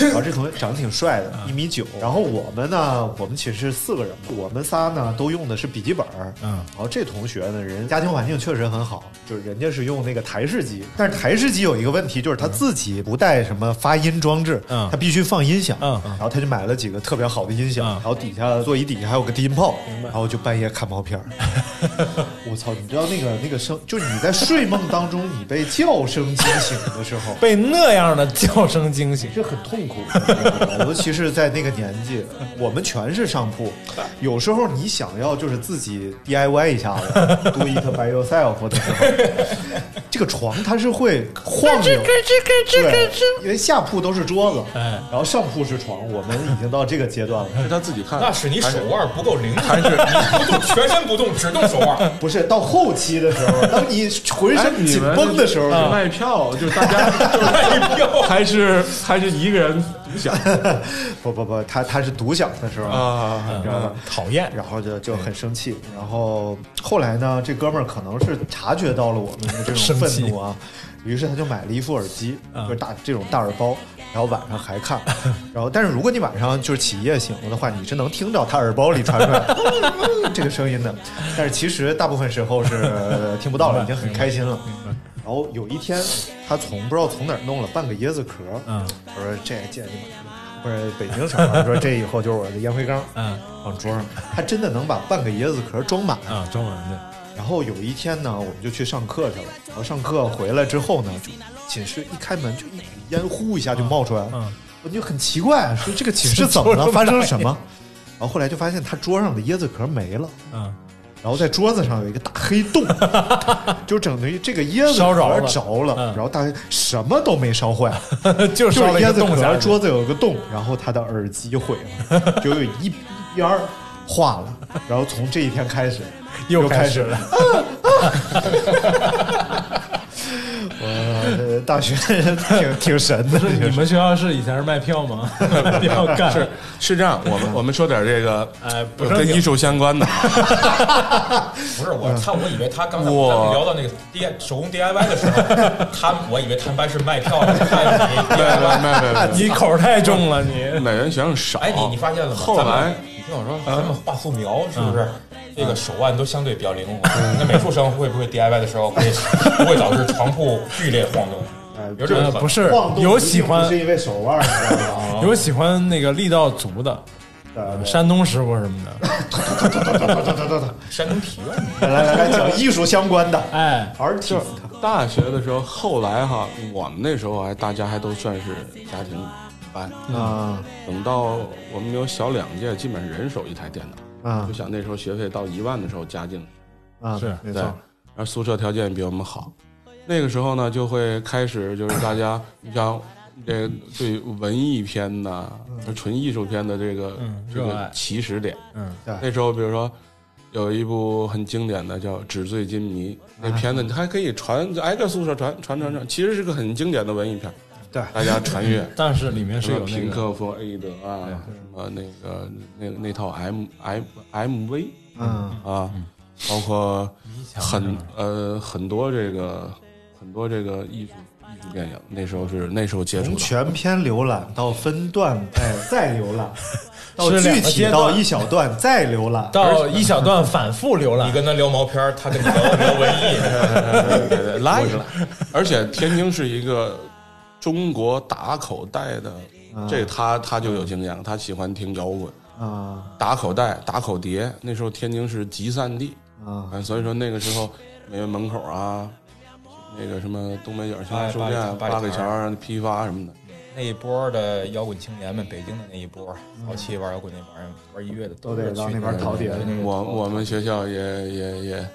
[SPEAKER 3] 然后这同学长得挺帅
[SPEAKER 4] 嗯
[SPEAKER 3] 的，一米九。然后我们呢，我们寝室四个人嘛，我们仨呢都用的是笔记本儿。
[SPEAKER 4] 嗯
[SPEAKER 7] [LAUGHS]
[SPEAKER 3] 然后这同学呢，人家庭环境确实很好，就是人家是用那个台式机，但是台式机有一个问题，就是他自己不带什么发音装置，
[SPEAKER 4] 嗯
[SPEAKER 3] 他必须放音响，
[SPEAKER 4] 嗯嗯
[SPEAKER 3] 然后他就买了几个特别好的音响，
[SPEAKER 4] 嗯，
[SPEAKER 3] 然后底下座椅底下还有个低音炮，然后就半夜看毛片儿。我操！你知道那个那个声，就是你在睡梦当中，你被叫声惊醒的时候
[SPEAKER 4] 被那样的叫声惊醒，
[SPEAKER 3] 是很痛 [LAUGHS] 苦的，嗯尤其是在那个年纪，我们全是上铺，有时候你想要就是自己 DIY 一下子，do it by yourself 的时候，这个床它是会晃悠，对，因为下铺都是桌子，
[SPEAKER 4] 哎
[SPEAKER 3] 然后上铺是床，我们已经到这个阶段了。
[SPEAKER 5] 是他自己看，
[SPEAKER 7] 那是你手腕不够灵，
[SPEAKER 5] 还是
[SPEAKER 7] 不动全身不动，只动手
[SPEAKER 3] [LAUGHS]
[SPEAKER 7] 腕。
[SPEAKER 3] 不是到后期的时候，当你浑
[SPEAKER 5] 哎
[SPEAKER 3] 身
[SPEAKER 5] 你
[SPEAKER 3] 紧
[SPEAKER 5] 们
[SPEAKER 3] 绷的时候，
[SPEAKER 5] 是啊卖票，就是大家
[SPEAKER 7] 哎
[SPEAKER 5] 卖票，还是还是一个人独享
[SPEAKER 3] [LAUGHS] 不不不，他他是独享的时候，
[SPEAKER 5] 啊？
[SPEAKER 3] 你知道吧？
[SPEAKER 4] 讨厌。
[SPEAKER 3] 然后就就很生气，然后后来呢，这哥们儿可能是察觉到了我们的这种
[SPEAKER 4] 生气
[SPEAKER 3] 愤怒啊，于是他就买了一副耳机，
[SPEAKER 4] 嗯
[SPEAKER 3] 就是大这种大耳包，然后晚上还看， [LAUGHS] 然后但是如果你晚上就是起夜醒了的话，你是能听到他耳包里传出来
[SPEAKER 4] [LAUGHS]
[SPEAKER 3] 这个声音的，但是其实大部分时候是呃听不到了，已经很开心了。
[SPEAKER 4] 嗯
[SPEAKER 3] 然后有一天，他从不知道从哪儿弄了半个椰子壳，嗯，我说这见你妈，或者北京啥的，我说这以后就是我的烟灰缸，嗯，往桌上，他真的能把半个椰子壳装满，
[SPEAKER 4] 啊，中文的。 [LAUGHS]
[SPEAKER 3] 然后有一天呢，我们就去上课去了。然后上课回来之后呢，就寝室一开门就一股烟呼一下就冒出来了，
[SPEAKER 4] 嗯
[SPEAKER 3] 我就很奇怪，说这个寝室怎么
[SPEAKER 4] 说
[SPEAKER 3] 了，
[SPEAKER 4] 出来
[SPEAKER 3] 发生了什么？然后后来就发现他桌上的椰子壳没了，
[SPEAKER 4] 嗯，
[SPEAKER 3] 然后在桌子上有一个大黑
[SPEAKER 4] [LAUGHS]
[SPEAKER 3] 洞，就整的这个椰子
[SPEAKER 4] 烧
[SPEAKER 3] 壳
[SPEAKER 4] 着
[SPEAKER 3] 着
[SPEAKER 4] 了嗯
[SPEAKER 3] 了，然后大家什么都没烧坏，就
[SPEAKER 4] 烧了一
[SPEAKER 3] 椰
[SPEAKER 4] 个
[SPEAKER 3] 子
[SPEAKER 4] 洞下
[SPEAKER 3] 壳，
[SPEAKER 4] 去
[SPEAKER 3] 桌子有个洞，然后他的耳机毁了，就有一边儿化了，然后从这一天开始
[SPEAKER 4] [LAUGHS] 又
[SPEAKER 3] 开
[SPEAKER 4] 开始了。
[SPEAKER 3] [LAUGHS] 呃，大学挺挺神的，
[SPEAKER 4] 是你们学校是以前是卖票 [LAUGHS] 吗？卖票干
[SPEAKER 5] 是是这样，我们我们说点这个
[SPEAKER 4] 哎不正
[SPEAKER 5] 跟
[SPEAKER 4] 经
[SPEAKER 5] 艺术相关的，
[SPEAKER 7] 不是
[SPEAKER 4] 嗯
[SPEAKER 7] 我，他我以为他刚才咱
[SPEAKER 5] 我
[SPEAKER 7] 们聊到那个 D 手工 DIY 的时候， [LAUGHS] 他我以为他们班是卖票的，看哎
[SPEAKER 4] [LAUGHS]
[SPEAKER 7] 你
[SPEAKER 5] [LAUGHS] 没没
[SPEAKER 7] DIY。
[SPEAKER 5] 没没没，
[SPEAKER 4] 你口儿太重了，你
[SPEAKER 5] 奶源学生少。
[SPEAKER 7] 哎，你你发现了吗？
[SPEAKER 5] 后
[SPEAKER 7] 咱们
[SPEAKER 5] 来
[SPEAKER 7] 你听我说，啊咱们画素描是不是
[SPEAKER 4] 嗯
[SPEAKER 7] 这个手腕都相对比较灵活？那美术生会不会 DIY 的时候会不会导致床铺剧烈晃动？有这种哦
[SPEAKER 4] 呃
[SPEAKER 7] 可能
[SPEAKER 4] 不是
[SPEAKER 3] 晃动
[SPEAKER 4] 有喜欢
[SPEAKER 3] 是因为手腕儿你知道吗
[SPEAKER 4] 有喜欢那个力道足的，
[SPEAKER 3] 呃
[SPEAKER 4] 山东师傅什么的，
[SPEAKER 7] 山东体院
[SPEAKER 3] 来 [LAUGHS] 来来来，讲艺术相关的
[SPEAKER 4] 哎，
[SPEAKER 3] artist，
[SPEAKER 5] 大学的时候，后来哈，我们那时候还大家还都算是家庭班，
[SPEAKER 3] 啊
[SPEAKER 5] 等到我们有小两届，基本上人手一台电脑。
[SPEAKER 3] 啊
[SPEAKER 5] 就想那时候学费到一万的时候家境，
[SPEAKER 3] 啊，
[SPEAKER 4] 是
[SPEAKER 3] 没错
[SPEAKER 5] 对，然，后宿舍条件比我们好，那个时候呢就会开始就是
[SPEAKER 4] [COUGHS]
[SPEAKER 5] 大家，你像这个对文艺片呐、纯艺术片的这个、
[SPEAKER 4] 嗯
[SPEAKER 5] 这
[SPEAKER 4] 热爱
[SPEAKER 5] 个起始点。
[SPEAKER 4] 嗯，。
[SPEAKER 5] 那时候，比如说有一部很经典的叫《纸醉金迷》，那片子你还可以传，就挨个宿舍传传传传，其实是个很经典的文艺片。
[SPEAKER 3] 对
[SPEAKER 5] 大家传阅
[SPEAKER 4] [LAUGHS] 但是里面是
[SPEAKER 5] 什么
[SPEAKER 4] 有那
[SPEAKER 5] 平
[SPEAKER 4] 个
[SPEAKER 5] 克·弗洛伊德啊，什么那个那那套 M M M V
[SPEAKER 3] 嗯
[SPEAKER 5] 啊，包括
[SPEAKER 4] 墙
[SPEAKER 5] 很呃很多这个很多这个艺术艺术电影，那时候是那时候接触
[SPEAKER 3] 从
[SPEAKER 5] 的。
[SPEAKER 3] 全篇浏览到分段，哎，再浏
[SPEAKER 4] [LAUGHS]
[SPEAKER 3] 览，到
[SPEAKER 4] 是两
[SPEAKER 3] 具
[SPEAKER 4] 个
[SPEAKER 3] 体
[SPEAKER 4] 阶
[SPEAKER 3] 到
[SPEAKER 4] 段
[SPEAKER 3] 一小段再浏览，
[SPEAKER 4] 到一小段反复浏
[SPEAKER 7] 你
[SPEAKER 4] 览，
[SPEAKER 7] 跟他聊毛片儿，他跟你聊聊文艺，
[SPEAKER 5] 对对
[SPEAKER 4] [LAUGHS]
[SPEAKER 5] 对，拉一拉。而且天津是一个中国打口袋的，这他他就有经验了，他喜欢听摇滚，
[SPEAKER 3] 啊
[SPEAKER 5] 打口袋、打口碟。那时候天津是集散地，
[SPEAKER 3] 啊
[SPEAKER 5] 啊，所以说那个时候美院门口啊，那个什么东北角儿新华
[SPEAKER 7] 哎
[SPEAKER 5] 书
[SPEAKER 7] 八里
[SPEAKER 5] 店
[SPEAKER 7] 桥
[SPEAKER 5] 啊、
[SPEAKER 7] 八里
[SPEAKER 5] 八里
[SPEAKER 7] 桥
[SPEAKER 5] 桥儿批发什么的。
[SPEAKER 7] 那一波的摇滚青年们，北京的那一波，早期玩摇滚那帮人玩音乐的，
[SPEAKER 3] 嗯都得
[SPEAKER 7] 是
[SPEAKER 3] 到
[SPEAKER 7] 去
[SPEAKER 3] 那边淘碟
[SPEAKER 7] 对那个
[SPEAKER 5] 我我们学校也也也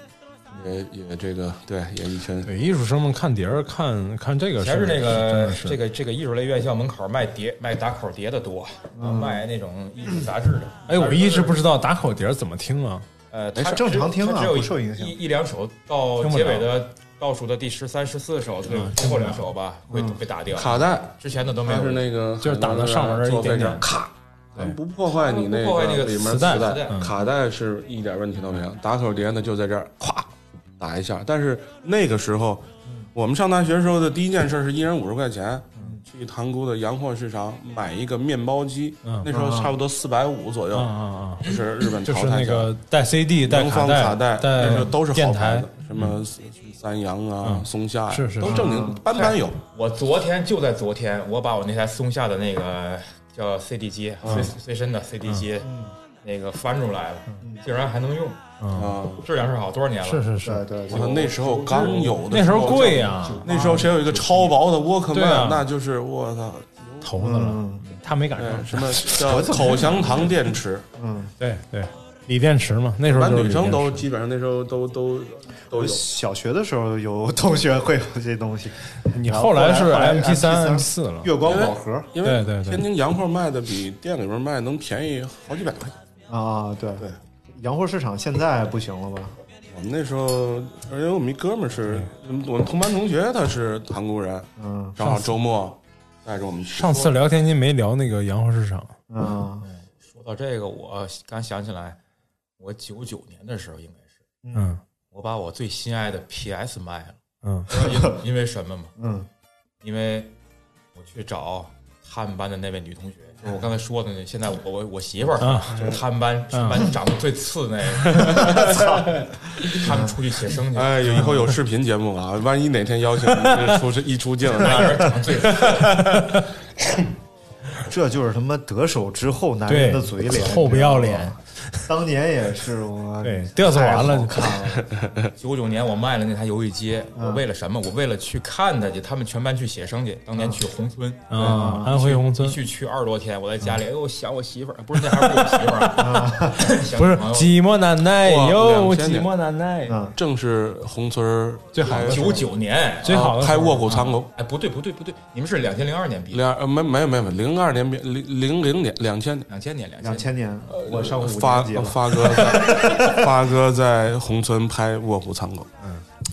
[SPEAKER 5] 也也这个对也一群
[SPEAKER 4] 对艺术生们看碟儿看看这个
[SPEAKER 7] 以
[SPEAKER 4] 是，
[SPEAKER 7] 前是那
[SPEAKER 4] 真
[SPEAKER 7] 个
[SPEAKER 4] 的是
[SPEAKER 7] 这个这个艺术类院校门口卖碟卖打口碟的多，
[SPEAKER 4] 嗯
[SPEAKER 7] 卖那种艺术杂志的。
[SPEAKER 4] 哎，我一直不
[SPEAKER 7] 是
[SPEAKER 4] 知道打口碟儿怎么听啊，
[SPEAKER 7] 呃，
[SPEAKER 3] 没
[SPEAKER 7] 它
[SPEAKER 3] 事正常听啊
[SPEAKER 7] 它只有
[SPEAKER 3] 不受影响
[SPEAKER 7] 一一两首到
[SPEAKER 4] 听不
[SPEAKER 7] 结
[SPEAKER 4] 了
[SPEAKER 7] 尾的倒数的第十三、十四首，
[SPEAKER 3] 嗯
[SPEAKER 7] 最最后两首吧会被打掉，
[SPEAKER 5] 卡带，
[SPEAKER 7] 之前的都没
[SPEAKER 5] 它
[SPEAKER 7] 有。
[SPEAKER 5] 是那个
[SPEAKER 4] 就是打到上面儿一
[SPEAKER 5] 作
[SPEAKER 4] 点
[SPEAKER 5] 废
[SPEAKER 4] 点
[SPEAKER 5] 片咔，
[SPEAKER 4] 对
[SPEAKER 5] 不破坏你那
[SPEAKER 7] 不破坏那
[SPEAKER 5] 个
[SPEAKER 7] 个
[SPEAKER 5] 里面
[SPEAKER 7] 磁
[SPEAKER 5] 磁
[SPEAKER 7] 带
[SPEAKER 5] 带，
[SPEAKER 7] 磁带
[SPEAKER 4] 嗯
[SPEAKER 5] 卡带是一点问题都没有。打口碟呢就在这儿咵打一下，但是那个时候
[SPEAKER 4] 嗯
[SPEAKER 5] 我们上大学时候的第一件事是一人五十块钱。去塘沽的洋货市场买一个面包机，
[SPEAKER 4] 嗯
[SPEAKER 5] 那时候差不多四百五左
[SPEAKER 7] 啊
[SPEAKER 5] 右，
[SPEAKER 4] 嗯嗯嗯，
[SPEAKER 5] 就是日本淘
[SPEAKER 4] 就
[SPEAKER 5] 汰
[SPEAKER 4] 是那
[SPEAKER 5] 下来
[SPEAKER 4] 个带 CD 带
[SPEAKER 5] 能放
[SPEAKER 4] 带
[SPEAKER 5] 卡带，那时
[SPEAKER 4] 带
[SPEAKER 5] 候都是
[SPEAKER 4] 电
[SPEAKER 5] 好牌
[SPEAKER 4] 台
[SPEAKER 5] 子，，什么三洋啊、
[SPEAKER 4] 嗯
[SPEAKER 5] 松下呀，
[SPEAKER 4] 是是
[SPEAKER 5] 都
[SPEAKER 4] 是
[SPEAKER 5] 正经，班班有。
[SPEAKER 7] 我昨天就在昨天，我把我那台松下的那个叫 CD 机
[SPEAKER 3] 嗯
[SPEAKER 7] 随随身的 CD 机那个翻出来了，竟然还能用，
[SPEAKER 4] 嗯，
[SPEAKER 5] 啊，
[SPEAKER 7] 质量是好多少年了？
[SPEAKER 4] 是是
[SPEAKER 3] 对
[SPEAKER 4] 是，
[SPEAKER 3] 对
[SPEAKER 5] 我
[SPEAKER 3] 对
[SPEAKER 5] 操，那时候啊刚有的，
[SPEAKER 4] 那时候贵。啊呀，
[SPEAKER 5] 那时候谁有一个超薄的沃克
[SPEAKER 4] 对啊
[SPEAKER 5] 曼，那就是我操，
[SPEAKER 4] 头子了，
[SPEAKER 3] 嗯
[SPEAKER 4] 他没赶
[SPEAKER 5] 哎
[SPEAKER 4] 上，
[SPEAKER 5] 什么 [LAUGHS] 叫口香糖电池？
[SPEAKER 3] 嗯，
[SPEAKER 4] 对对，锂电池嘛，那时候
[SPEAKER 5] 咱
[SPEAKER 4] 就是
[SPEAKER 5] 女生
[SPEAKER 4] 锂电池
[SPEAKER 5] 都基本上那时候都都都
[SPEAKER 3] 我
[SPEAKER 5] 有。
[SPEAKER 3] 小学的时候有同学会有这东西，
[SPEAKER 4] 你
[SPEAKER 3] 然
[SPEAKER 4] 后来是
[SPEAKER 3] 后来
[SPEAKER 4] MP 三、
[SPEAKER 3] MP3
[SPEAKER 4] MP 四了，
[SPEAKER 3] 月光宝盒
[SPEAKER 5] 因
[SPEAKER 4] 对
[SPEAKER 5] 为
[SPEAKER 4] 对对
[SPEAKER 5] 天津洋货卖的比店里边卖能便宜好几百块钱。
[SPEAKER 3] 啊，对对，洋货市场现在不行了吧？
[SPEAKER 5] 我们那时候，而且我们一哥们儿是，我们同班同学，他是塘沽人，
[SPEAKER 3] 嗯
[SPEAKER 5] 正好周末带着我们去。
[SPEAKER 4] 上次聊天津没聊那个洋货市场， [LAUGHS]
[SPEAKER 3] 嗯
[SPEAKER 7] 说到这个，我刚想起来，我九九年的时候应该是
[SPEAKER 4] 嗯
[SPEAKER 7] 我把我最心爱的 PS 卖了，
[SPEAKER 4] 嗯
[SPEAKER 7] 知道因因为什么吗？
[SPEAKER 3] 嗯
[SPEAKER 7] 因为我去找他们班的那位女同学，就是我刚才说的那，现在我我我媳妇
[SPEAKER 3] 嗯
[SPEAKER 7] 儿
[SPEAKER 4] 啊，
[SPEAKER 7] 就是他们班全
[SPEAKER 4] 嗯
[SPEAKER 7] 班长得最次的
[SPEAKER 3] [LAUGHS]
[SPEAKER 7] 那个，操他们出去写生去，
[SPEAKER 5] 哎，以后有视频节目啊，万一哪天邀请 [LAUGHS] 你出一出镜，
[SPEAKER 7] 那人长得最次。
[SPEAKER 3] 这就是他妈得手之后男人的嘴脸，
[SPEAKER 4] 臭不要脸，
[SPEAKER 3] 当年也是我，
[SPEAKER 4] 对嘚瑟完了就
[SPEAKER 3] 太好看了，
[SPEAKER 7] 九九年我卖了那台游戏机，我为了什么？我为了去看他去，他们全班去写生去。当年去宏村
[SPEAKER 3] 嗯
[SPEAKER 4] 啊，安徽宏村
[SPEAKER 7] 一去去二十多天，我在家里，哎呦，我想我媳妇儿，不是那还不是我媳妇儿啊，想
[SPEAKER 4] 不是
[SPEAKER 7] 朋友
[SPEAKER 4] 寂寞难耐
[SPEAKER 5] 哇
[SPEAKER 4] 哟，
[SPEAKER 5] 2000
[SPEAKER 4] 寂
[SPEAKER 5] 年
[SPEAKER 4] 寞难耐。
[SPEAKER 3] 嗯
[SPEAKER 5] 正是红村儿哎
[SPEAKER 4] 最好的
[SPEAKER 7] 九九年，
[SPEAKER 4] 最好的
[SPEAKER 5] 哦
[SPEAKER 4] 啊
[SPEAKER 5] 开卧虎藏龙。
[SPEAKER 7] 哎，不对不对不对，你们是两千零二年毕业，
[SPEAKER 5] 两呃没没有没有零二年零零零年两千年，
[SPEAKER 7] 两千年两
[SPEAKER 3] 两
[SPEAKER 7] 千
[SPEAKER 3] 千年
[SPEAKER 4] 呃
[SPEAKER 3] 我上五
[SPEAKER 5] 发
[SPEAKER 3] 年级了，
[SPEAKER 5] 发哥在发哥在红村拍《卧虎藏龙》，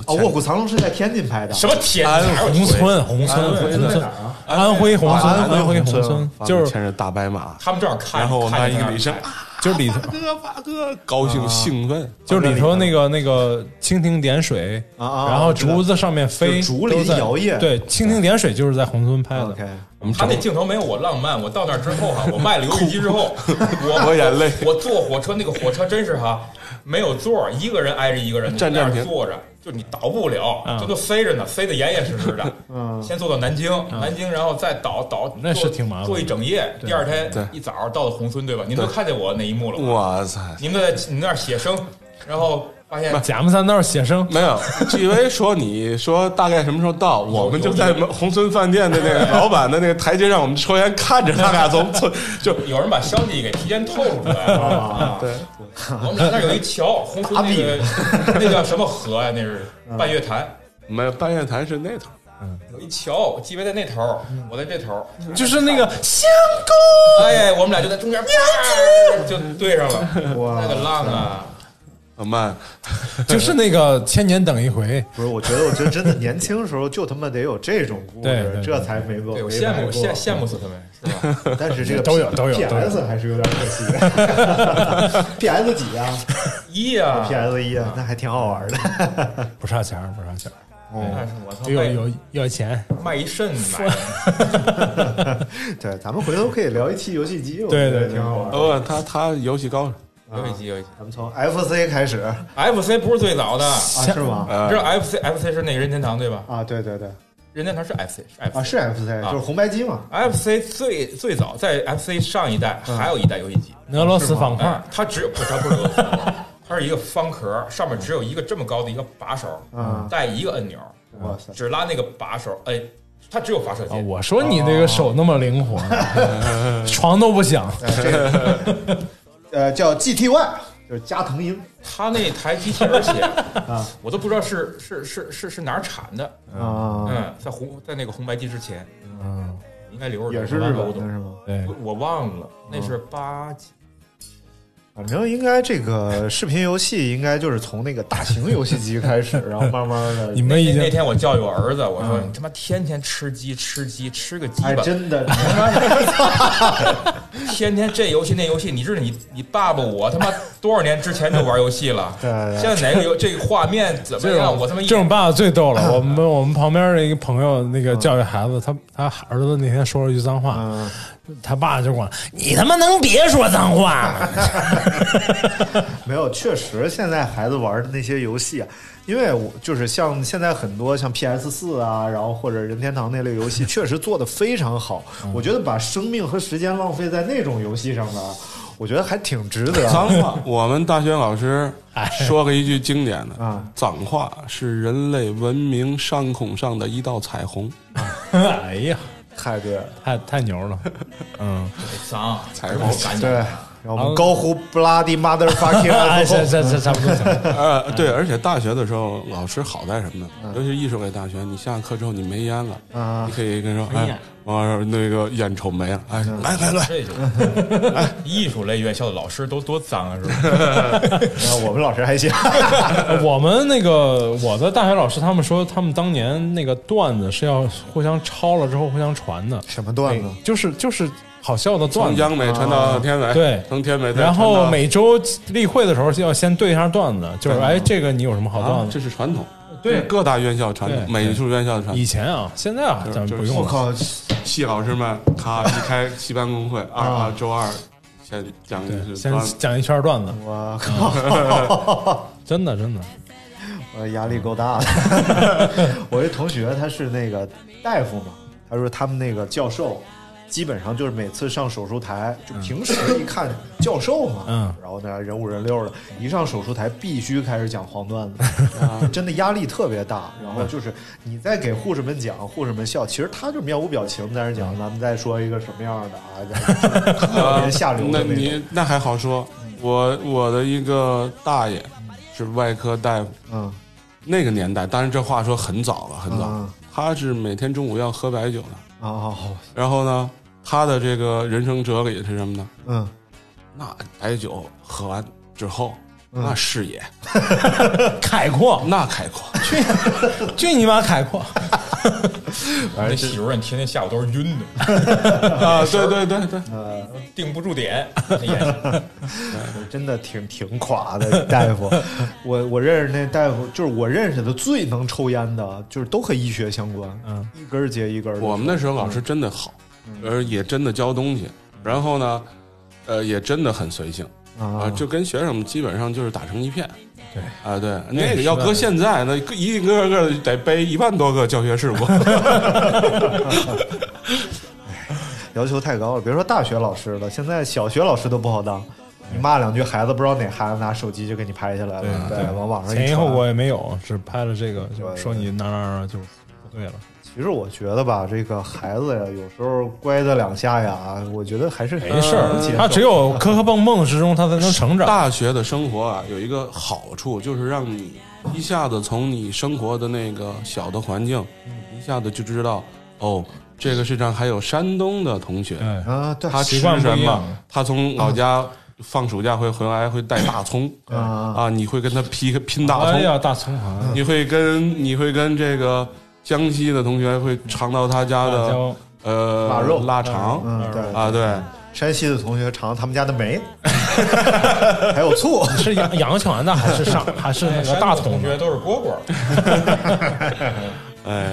[SPEAKER 3] 哦，卧虎藏龙是在天津拍的，
[SPEAKER 7] 什么天哪
[SPEAKER 4] 宏村，宏村，宏
[SPEAKER 3] 在哪
[SPEAKER 4] 村
[SPEAKER 3] 儿，啊？
[SPEAKER 4] 安徽宏村，
[SPEAKER 3] 安徽
[SPEAKER 4] 安徽
[SPEAKER 3] 宏
[SPEAKER 4] 宏
[SPEAKER 3] 村
[SPEAKER 4] 村，
[SPEAKER 5] 发哥
[SPEAKER 4] 就是
[SPEAKER 5] 牵着大白马，
[SPEAKER 7] 他们正好看，
[SPEAKER 5] 然后我
[SPEAKER 7] 看
[SPEAKER 5] 拿
[SPEAKER 7] 着
[SPEAKER 5] 一个
[SPEAKER 7] 那儿
[SPEAKER 5] 女生，
[SPEAKER 4] 就是里头，啊
[SPEAKER 5] 哥发哥高兴兴奋，
[SPEAKER 4] 就是里头那个那个蜻蜓点水，
[SPEAKER 3] 啊啊
[SPEAKER 4] 然后
[SPEAKER 3] 我知道
[SPEAKER 4] 竹子上面飞，
[SPEAKER 3] 就竹林
[SPEAKER 4] 都在
[SPEAKER 3] 摇曳
[SPEAKER 4] 对，蜻蜓点水就是在宏村拍的
[SPEAKER 3] OK，。
[SPEAKER 7] 他那镜头没有我浪漫。我到那儿之后哈、我卖了游戏机之后， [LAUGHS] 我
[SPEAKER 5] 我眼泪
[SPEAKER 7] 我坐火车，那个火车真是哈、没有座儿，一个人挨着一个人，
[SPEAKER 5] 站
[SPEAKER 7] 你在那
[SPEAKER 5] 站
[SPEAKER 7] 儿
[SPEAKER 5] 停
[SPEAKER 7] 坐着，就你倒不了，
[SPEAKER 4] 嗯
[SPEAKER 7] 这都塞着呢，塞得严严实实的。
[SPEAKER 5] 嗯
[SPEAKER 7] 先坐到南京，南京然后再倒倒，
[SPEAKER 4] 嗯那是
[SPEAKER 7] 坐
[SPEAKER 4] 挺麻烦
[SPEAKER 7] 坐一整夜，第二天
[SPEAKER 5] 对
[SPEAKER 7] 一早到了宏村，对吧？你们都看见我那一幕了吧，
[SPEAKER 5] 哇塞！
[SPEAKER 7] 你们都在你们那儿写生，然后发现
[SPEAKER 4] 贾木三道写生，
[SPEAKER 5] 没有，G V 说你说大概什么时候到，我们就在红村饭店的那个老板的那个台阶上，我们抽烟看着他俩从村就
[SPEAKER 7] 有人把消息给提前透露出
[SPEAKER 5] [LAUGHS]
[SPEAKER 7] 来了。
[SPEAKER 4] [LAUGHS]
[SPEAKER 7] 啊
[SPEAKER 5] 对，
[SPEAKER 7] 我们俩那儿有一桥，红村那个那叫什么河呀、那是
[SPEAKER 5] 嗯
[SPEAKER 7] 半月潭，
[SPEAKER 5] 没有半月潭是那头，
[SPEAKER 7] 有一桥，鸡巴在那头儿，
[SPEAKER 3] 嗯
[SPEAKER 7] 我在这头儿。
[SPEAKER 4] 就是那个 [LAUGHS] 香菇。
[SPEAKER 7] 哎，我们俩就在中间，啪就对上了。
[SPEAKER 3] 哇
[SPEAKER 7] 那个浪啊！
[SPEAKER 5] 老曼
[SPEAKER 4] 就是那个千年等一回，
[SPEAKER 3] 不是，我觉得，我觉得真的年轻时候就他妈得有这种故
[SPEAKER 4] 对
[SPEAKER 3] 事
[SPEAKER 4] 对，
[SPEAKER 3] 这才没过，
[SPEAKER 7] 对，我
[SPEAKER 3] 没
[SPEAKER 7] 哎羡
[SPEAKER 3] 白
[SPEAKER 7] 慕，
[SPEAKER 3] 过
[SPEAKER 7] 羡羡慕死他们，是吧？
[SPEAKER 3] 但是这个
[SPEAKER 4] 都有都有都有
[SPEAKER 3] PS 还是有点可
[SPEAKER 4] [LAUGHS]
[SPEAKER 3] 惜，PS 几啊
[SPEAKER 7] 一啊，
[SPEAKER 3] ？PS 一啊，那还挺好玩
[SPEAKER 4] [LAUGHS]
[SPEAKER 3] 的。
[SPEAKER 4] 不差钱儿，不差钱儿，
[SPEAKER 7] 但是
[SPEAKER 3] 哎
[SPEAKER 7] 我操，
[SPEAKER 4] 有
[SPEAKER 7] 卖
[SPEAKER 4] 有要钱，
[SPEAKER 7] 卖一肾买的，
[SPEAKER 3] 对，咱们回头可以聊一期游戏机，我
[SPEAKER 4] 对
[SPEAKER 3] 觉得
[SPEAKER 4] 对对
[SPEAKER 3] 挺好玩的。
[SPEAKER 5] 哦，他他游戏高手，
[SPEAKER 7] 游戏机游戏机。
[SPEAKER 3] 咱们从 FC 开始啊，
[SPEAKER 7] FC 不是最早的，
[SPEAKER 3] 是吗？
[SPEAKER 7] 你
[SPEAKER 4] 啊
[SPEAKER 5] 呃
[SPEAKER 7] 知道 FC FC 是那个任天堂对吧？
[SPEAKER 3] 啊，对对对，
[SPEAKER 7] 任天堂是 FC 是 FC
[SPEAKER 3] 啊是 FC，就是红白机嘛。
[SPEAKER 7] FC 最最早在 FC 上一代
[SPEAKER 3] 嗯
[SPEAKER 7] 还有一代游戏机，
[SPEAKER 4] 俄罗斯方块
[SPEAKER 7] 哎，它只有不它不是俄罗斯
[SPEAKER 3] [LAUGHS]
[SPEAKER 7] 方块，它是一个方壳，上面只有一个这么高的一个把手
[SPEAKER 3] 嗯，
[SPEAKER 7] 带一个按钮，
[SPEAKER 4] 嗯
[SPEAKER 3] 哇塞，
[SPEAKER 7] 只拉那个把手，哎，它只有发射
[SPEAKER 3] 哎
[SPEAKER 4] 啊！
[SPEAKER 7] 键。
[SPEAKER 4] 我说你这个手那么灵
[SPEAKER 3] [LAUGHS]
[SPEAKER 4] 活，床都不响。
[SPEAKER 3] 这个呃叫 GTY，就是加藤鹰
[SPEAKER 7] 它那台机器，而
[SPEAKER 3] [LAUGHS] 啊
[SPEAKER 7] 且我都不知道是是是是是哪儿产的，
[SPEAKER 3] 啊，
[SPEAKER 7] 嗯，在红在那个红白机之前，
[SPEAKER 4] 嗯，
[SPEAKER 7] 应该留着
[SPEAKER 3] 也是
[SPEAKER 7] 我
[SPEAKER 3] 日
[SPEAKER 7] 忘
[SPEAKER 3] 本
[SPEAKER 7] 了
[SPEAKER 3] 的啊是吗？
[SPEAKER 4] 对
[SPEAKER 7] 我，我忘了，那是八几，
[SPEAKER 3] 反正应该这个视频游戏应该就是从那个大型游戏机开始，然后慢慢的，
[SPEAKER 4] 你们已
[SPEAKER 7] 那那
[SPEAKER 4] 经
[SPEAKER 7] 天我教育我儿子，我说你他妈天天吃鸡吃鸡吃个鸡
[SPEAKER 3] 啊哎，
[SPEAKER 7] 吧，
[SPEAKER 3] 真的，
[SPEAKER 7] 天天这游戏那游戏，你知道你你爸爸我他妈多少年之前就玩游戏了，
[SPEAKER 3] [LAUGHS] 对对对
[SPEAKER 7] 现在哪个游这个画面怎么
[SPEAKER 4] 这
[SPEAKER 7] 样？
[SPEAKER 4] 种
[SPEAKER 7] 我他妈一
[SPEAKER 4] 这种爸爸最逗了。我们我们旁边的一个朋友，那个教育孩子，他他儿子那天说了一句脏话，
[SPEAKER 3] 嗯，
[SPEAKER 4] 他爸就管你他妈能别说脏话吗？
[SPEAKER 3] 没有，确实现在孩子玩的那些游戏啊，因为我就是像现在很多像 PS 四啊，然后或者任天堂那类游戏，确实做的非常好。
[SPEAKER 4] 嗯
[SPEAKER 3] 我觉得把生命和时间浪费在那种游戏上面，我觉得还挺值得。
[SPEAKER 5] 脏
[SPEAKER 4] [LAUGHS]
[SPEAKER 5] 话，我们大学老师
[SPEAKER 4] 哎
[SPEAKER 5] 说了一句经典的
[SPEAKER 3] 啊，
[SPEAKER 5] 脏话是人类文明上空上的一道彩虹，
[SPEAKER 4] [LAUGHS] 哎呀，
[SPEAKER 3] 太对了，
[SPEAKER 4] 太太牛 [LAUGHS] 了！嗯， [LAUGHS]
[SPEAKER 7] 脏，
[SPEAKER 5] 彩虹
[SPEAKER 7] 赶紧
[SPEAKER 3] 对，然后我们高呼 bloody motherfucking
[SPEAKER 4] [LAUGHS] 哎，这
[SPEAKER 3] asshole
[SPEAKER 4] 这这差不多。差不 [LAUGHS] 多
[SPEAKER 5] 呃，对，而且大学的时候，老师好在什么呢？尤其艺术类大学，你下课之后你没烟了，
[SPEAKER 3] 啊
[SPEAKER 5] 你可以跟人说，哎，王老师那个烟抽没了，哎，来来来，
[SPEAKER 7] 这就哎艺术类院校的老师都多脏啊，是吧？
[SPEAKER 4] [LAUGHS]
[SPEAKER 3] 啊我们老师还行， [LAUGHS]
[SPEAKER 4] 我们那个我的大学老师他们说，他们当年那个段子是要互相抄了之后互相传的，
[SPEAKER 3] 什么段子？
[SPEAKER 4] 就是就是好笑的段
[SPEAKER 5] 从
[SPEAKER 4] 子。
[SPEAKER 5] 央美传到天美，
[SPEAKER 4] 啊
[SPEAKER 5] [LAUGHS]
[SPEAKER 4] 对
[SPEAKER 5] 从天美再
[SPEAKER 4] 然
[SPEAKER 5] 传
[SPEAKER 4] 后
[SPEAKER 5] 到
[SPEAKER 4] 每周例会的时候要先对一下段子，就是
[SPEAKER 5] 对
[SPEAKER 4] 哎，这个你有什么好
[SPEAKER 5] 啊
[SPEAKER 4] 段，子？
[SPEAKER 5] 这是传统，对各大院校传统，
[SPEAKER 4] 对
[SPEAKER 5] 美术院校的传统。
[SPEAKER 4] 以前啊，现在啊，咱们不用了。
[SPEAKER 5] 我靠，系老师们，咔一开戏班公会，二啊周二先讲一
[SPEAKER 4] 对，
[SPEAKER 5] 次，
[SPEAKER 4] 先讲一圈段子。
[SPEAKER 3] 我
[SPEAKER 4] 靠，真的真的，
[SPEAKER 3] 我呃压力够大的。我一同学他是那个大夫嘛，他说他们那个教授，基本上就是每次上手术台，就平时一看教授嘛，
[SPEAKER 4] 嗯，
[SPEAKER 3] 然后呢人五人六的，一上手术台必须开始讲黄段子，啊、真的压力特别大。然后就是你在给护士们讲，护士们笑，其实他就面无表情在那讲，咱们再说一个什么样的啊，就是特别下流
[SPEAKER 5] 那
[SPEAKER 3] 的那种。嗯
[SPEAKER 5] 你那还好说，我我的一个大爷是外科大夫，
[SPEAKER 3] 嗯，
[SPEAKER 5] 那个年代，当然这话说很早了，很早，
[SPEAKER 3] 嗯
[SPEAKER 5] 他是每天中午要喝白酒的。
[SPEAKER 3] 哦，
[SPEAKER 5] 然后呢，他的这个人生哲理是什么呢？
[SPEAKER 3] 嗯，
[SPEAKER 5] 那白酒喝完之后，
[SPEAKER 3] 嗯哦
[SPEAKER 5] 那视野
[SPEAKER 4] 开阔，
[SPEAKER 5] 那开
[SPEAKER 3] [LAUGHS]
[SPEAKER 5] 阔，
[SPEAKER 4] 去你妈开阔！
[SPEAKER 5] 正
[SPEAKER 7] 那媳妇儿，你天天下午都是晕
[SPEAKER 3] [LAUGHS]
[SPEAKER 7] 的，
[SPEAKER 5] 啊，对对对对，
[SPEAKER 7] 定不
[SPEAKER 3] [LAUGHS]
[SPEAKER 7] 住点，哎那眼神
[SPEAKER 3] 真的挺挺垮的大夫，我我认识那大夫，就是我认识的最能抽烟的，就是都和医学相关，
[SPEAKER 4] 嗯，
[SPEAKER 3] 一根儿接一根儿的抽。
[SPEAKER 5] 我们那时候老师真的好，而也真的教东西，
[SPEAKER 4] 嗯
[SPEAKER 5] 然后呢，呃，也真的很随性啊，
[SPEAKER 3] 啊，
[SPEAKER 5] 就跟学生们基本上就是打成一片。
[SPEAKER 4] 对
[SPEAKER 5] 啊，对，
[SPEAKER 4] 那
[SPEAKER 5] 那
[SPEAKER 4] 个
[SPEAKER 5] 个要
[SPEAKER 4] 时代
[SPEAKER 5] 搁现在，那个一个个的得背一万多个教学
[SPEAKER 4] [LAUGHS]
[SPEAKER 5] 事故。
[SPEAKER 3] 啊要求太高了，别说大学老师了，现在小学老师都不好当。你骂两句，孩子不知道哪孩子拿手机就给你拍下来了，对，往网上一
[SPEAKER 4] 前因
[SPEAKER 3] 传
[SPEAKER 4] 后果也没有，只拍了这个，就
[SPEAKER 3] 对
[SPEAKER 4] 说你哪儿哪儿哪儿就不对了。
[SPEAKER 3] 其实我觉得吧，这个孩子呀，有时候乖的两下呀，我觉得还是
[SPEAKER 4] 没事
[SPEAKER 3] 能接
[SPEAKER 4] 儿，
[SPEAKER 3] 受
[SPEAKER 4] 他只有磕磕碰碰之中，他才能成长。
[SPEAKER 5] 大学的生活啊，有一个好处就是让你一下子从你生活的那个小的环境，
[SPEAKER 4] 嗯
[SPEAKER 5] 一下子就知道哦，这个世上还有山东的同学，
[SPEAKER 4] 对，
[SPEAKER 3] 啊，对，
[SPEAKER 5] 他吃
[SPEAKER 4] 哎习惯不
[SPEAKER 5] 什
[SPEAKER 4] 一样
[SPEAKER 5] 么，他从老家放暑假会回来会带大葱
[SPEAKER 3] 啊
[SPEAKER 5] 啊，你会跟他拼拼大
[SPEAKER 4] 哎
[SPEAKER 5] 葱，
[SPEAKER 4] 呀，大葱好像
[SPEAKER 5] 你会跟你会跟这个江西的同学会尝到他家
[SPEAKER 4] 辣
[SPEAKER 5] 的
[SPEAKER 4] 椒
[SPEAKER 5] 呃
[SPEAKER 3] 腊肉
[SPEAKER 5] 腊肠
[SPEAKER 3] 嗯，对
[SPEAKER 5] 啊，对。
[SPEAKER 3] 山西的同学尝他们家的梅， [LAUGHS] 还有醋。
[SPEAKER 4] 是养养全的还是上还是那个大
[SPEAKER 7] [LAUGHS] 同
[SPEAKER 4] 葱
[SPEAKER 7] 学都是蝈蝈，
[SPEAKER 5] 哎，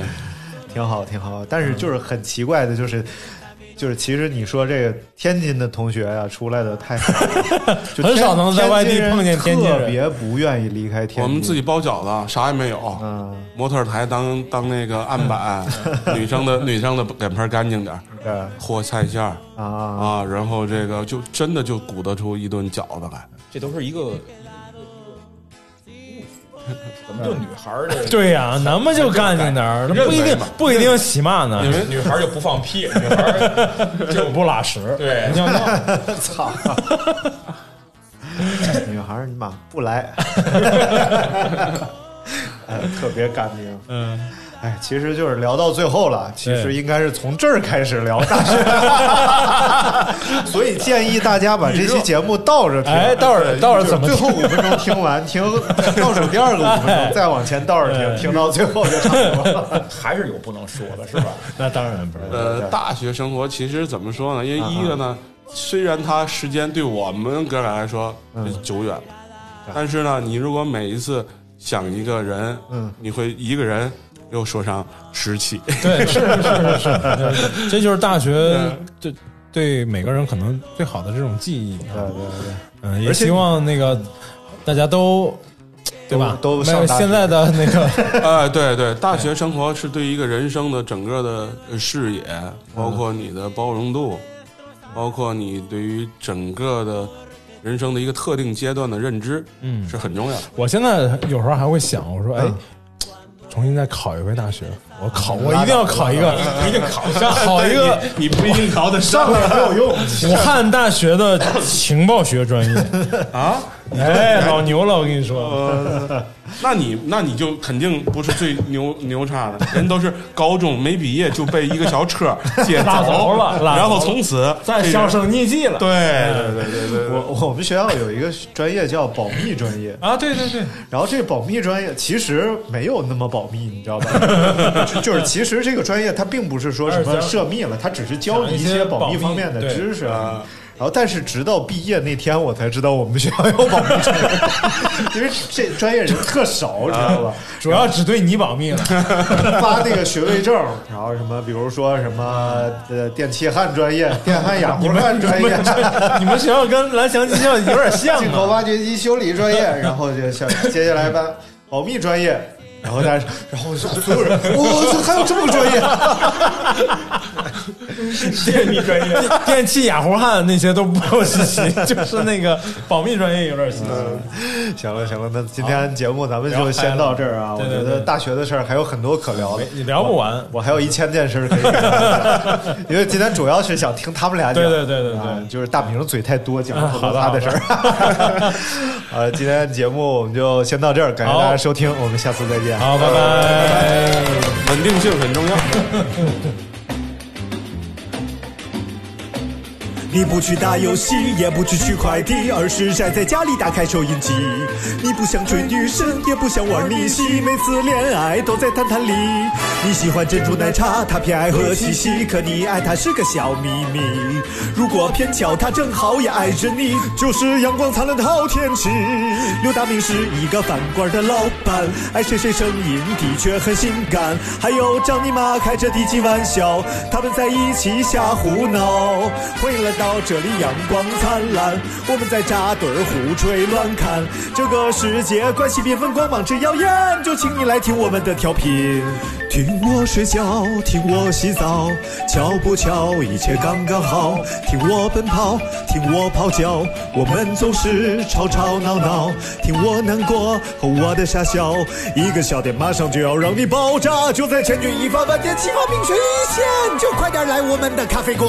[SPEAKER 3] 挺好，挺好。但是
[SPEAKER 4] 嗯
[SPEAKER 3] 就是很奇怪的，就是就是，其实你说这个天津的同学呀、出来的太少
[SPEAKER 4] [LAUGHS]
[SPEAKER 3] 了就
[SPEAKER 4] 很少
[SPEAKER 3] 天
[SPEAKER 4] 能在外地
[SPEAKER 3] 天津人
[SPEAKER 4] 碰见天津人
[SPEAKER 3] 特别不愿意离开天津。
[SPEAKER 5] 我们自己包饺子，啥也没有，
[SPEAKER 3] 嗯，
[SPEAKER 5] 模特儿台当当那个案
[SPEAKER 3] [LAUGHS]
[SPEAKER 5] 板，女生的女生的脸盆儿干净点儿，
[SPEAKER 3] 对
[SPEAKER 5] 和菜馅儿
[SPEAKER 3] 嗯啊，
[SPEAKER 5] 啊，然后这个就真的就鼓捣出一顿饺子来。
[SPEAKER 7] 这都是一个。 [LAUGHS] 怎么就女孩儿的？
[SPEAKER 4] 对呀、咱们就干净点儿，
[SPEAKER 7] 认为
[SPEAKER 4] 不一定
[SPEAKER 7] 嘛
[SPEAKER 4] 不一定洗骂呢，
[SPEAKER 7] 因为女孩儿就不放屁，女孩儿
[SPEAKER 4] [LAUGHS] 就不拉屎。
[SPEAKER 7] 对
[SPEAKER 4] 你像那
[SPEAKER 3] 操！女孩儿你妈不来， [LAUGHS] 哎，特别干净。
[SPEAKER 4] 嗯，
[SPEAKER 3] 哎，其实就是聊到最后了，其实应该是从这儿开始聊大学， [LAUGHS] 所以建议大家把这期节目倒着听，
[SPEAKER 4] 哎倒着
[SPEAKER 3] 对
[SPEAKER 4] 倒着怎么
[SPEAKER 3] 就是最后五分钟听完，听倒数第二个五分钟，再往前倒着听，
[SPEAKER 4] 哎
[SPEAKER 3] 听到最后就差不多了。
[SPEAKER 7] 还是有不能说的，是吧？
[SPEAKER 4] [LAUGHS] 那当然不是。
[SPEAKER 5] [LAUGHS] 呃，大学生活其实怎么说呢？因为
[SPEAKER 3] 嗯
[SPEAKER 5] 一个呢，虽然它时间对我们哥俩来说
[SPEAKER 3] 嗯
[SPEAKER 5] 是久远了，但是呢，你如果每一次想一个人，
[SPEAKER 3] 嗯，
[SPEAKER 5] 你会一个人又说上十
[SPEAKER 3] [LAUGHS]
[SPEAKER 5] 起。
[SPEAKER 4] 对，是是是是是， [LAUGHS] 这就是大学对对每个人可能最好的这种记忆。啊
[SPEAKER 3] 对对对，
[SPEAKER 4] 嗯，也
[SPEAKER 3] 而且
[SPEAKER 4] 希望那个大家都对吧？
[SPEAKER 3] 都都
[SPEAKER 4] 没
[SPEAKER 3] 上
[SPEAKER 4] 有
[SPEAKER 3] 大学
[SPEAKER 4] 现在的那个
[SPEAKER 5] 哎，对对，大学生活是对一个人生的整个的呃视野，
[SPEAKER 3] 嗯
[SPEAKER 5] 包括你的包容度，包括你对于整个的人生的一个特定阶段的认知，
[SPEAKER 4] 嗯
[SPEAKER 5] 是很重要的。
[SPEAKER 4] 我现在有时候还会想，我说哎
[SPEAKER 3] 嗯，
[SPEAKER 4] 重新再考一回大学，我考，我一定要考一个，
[SPEAKER 7] 一定考上，
[SPEAKER 4] 考一个
[SPEAKER 5] [LAUGHS] 你不一定考得上
[SPEAKER 3] 没有
[SPEAKER 5] [LAUGHS]
[SPEAKER 3] 用。
[SPEAKER 4] 武汉大学的情报学专业啊！哎，老牛了，我跟你说，
[SPEAKER 5] 那你那你就肯定不是最牛牛叉的，人都是高中没毕业就被一个
[SPEAKER 4] [LAUGHS]
[SPEAKER 5] 小车借
[SPEAKER 4] 拉走了拉走了
[SPEAKER 5] 然后从此
[SPEAKER 4] 在销声匿迹了。
[SPEAKER 5] 对对对对对对，
[SPEAKER 3] 我我们学校有一个专业叫保密专业，
[SPEAKER 4] 啊，对对对，
[SPEAKER 3] 然后这保密专业其实没有那么保密，你知
[SPEAKER 8] [LAUGHS]
[SPEAKER 3] 道吧？就就是其实这个专业它并不是说什么涉密了，它只是教你一些保密方面的知识。
[SPEAKER 8] 啊然后但是直到毕业那天，我才知道我们学校有保密处，因为这专业人特少，知道吧？
[SPEAKER 4] 主要只对你保密了。
[SPEAKER 8] 发那个学位证，然后什么，比如说什么呃电气焊专业、电焊氩弧焊专业，
[SPEAKER 4] 你们学校跟蓝翔技校有点像啊
[SPEAKER 8] 进口挖掘机修理专业，然后就像接下来班保密专业。然后大家，然后所有人，我操，还有这么专业？
[SPEAKER 4] 电力专
[SPEAKER 8] [LAUGHS]
[SPEAKER 4] 业、电气氩弧焊那些都不够稀奇， [LAUGHS] 就是那个保密专业有点稀
[SPEAKER 8] 嗯奇。 [LAUGHS] 行了行了，那今天节目咱们就先到这儿啊。我觉得大学的事儿还有很多可聊的，
[SPEAKER 4] 你聊不完，
[SPEAKER 8] 我还有一千件事可以聊。 [LAUGHS] 因为今天主要是想听他们俩讲，啊
[SPEAKER 4] 对对对对啊对，
[SPEAKER 8] 就是大明嘴太多，讲很多他的事 [LAUGHS] 儿。呃，今天节目我们就先到这儿，感谢大家收听，我们下次再见。
[SPEAKER 4] 好，拜拜。
[SPEAKER 5] 稳定性很重要。
[SPEAKER 3] 你不去打游戏，也不去取快递，而是宅在家里打开收音机。你不想追女神，也不想玩逆袭，每次恋爱都在谈谈里。你喜欢珍珠奶茶，他偏爱喝西西，可你爱他是个小秘密。如果偏巧他正好也爱着你，就是阳光灿烂的好天气。刘大明是一个饭馆的老板，爱谁谁声音的确很性感，还有张尼玛开着低级玩笑，他们在一起瞎胡闹。欢迎来。到这里阳光灿烂，我们在扎堆儿胡吹乱侃。这个世界关系缤纷光芒之耀眼，就请你来听我们的调频。听我睡觉，听我洗澡，巧不巧一切刚刚好。听我奔跑，听我咆哮，我们总是吵吵闹闹。听我难过和我的傻笑，一个笑点马上就要让你爆炸。就在千钧一发、万箭齐发、命悬一线，就快点来我们的咖啡馆。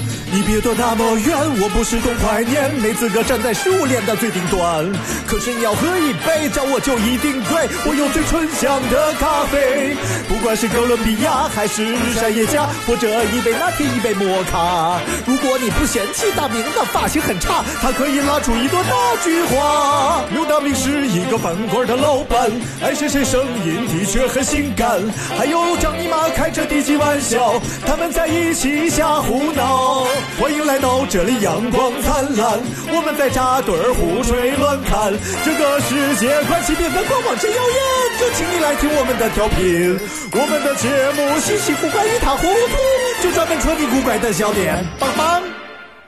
[SPEAKER 3] 你别躲那么远，我不是董怀念，没资格站在食物链的最顶端。可是你要喝一杯，找我就一定对，我有最醇香的咖啡。不管是哥伦比亚还是山野家，或者一杯拿铁一杯摩卡。如果你不嫌弃大明的发型很差，他可以拉出一朵大菊花。刘大明是一个饭馆的老板，哎爱谁谁声音的确很性感。还有张姨妈开着低级玩笑，他们在一起瞎胡闹。欢迎来到这里，阳光灿烂，我们在扎堆儿胡吹乱侃。这个世界关系缤纷，光芒真耀眼，就请你来听我们的调频。我们的节目稀奇古怪一塌糊涂，就专门戳你古怪的笑点，棒棒。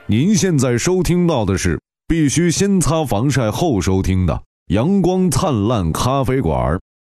[SPEAKER 9] 您现在收听到的是必须先擦防晒后收听的《阳光灿烂咖啡馆》。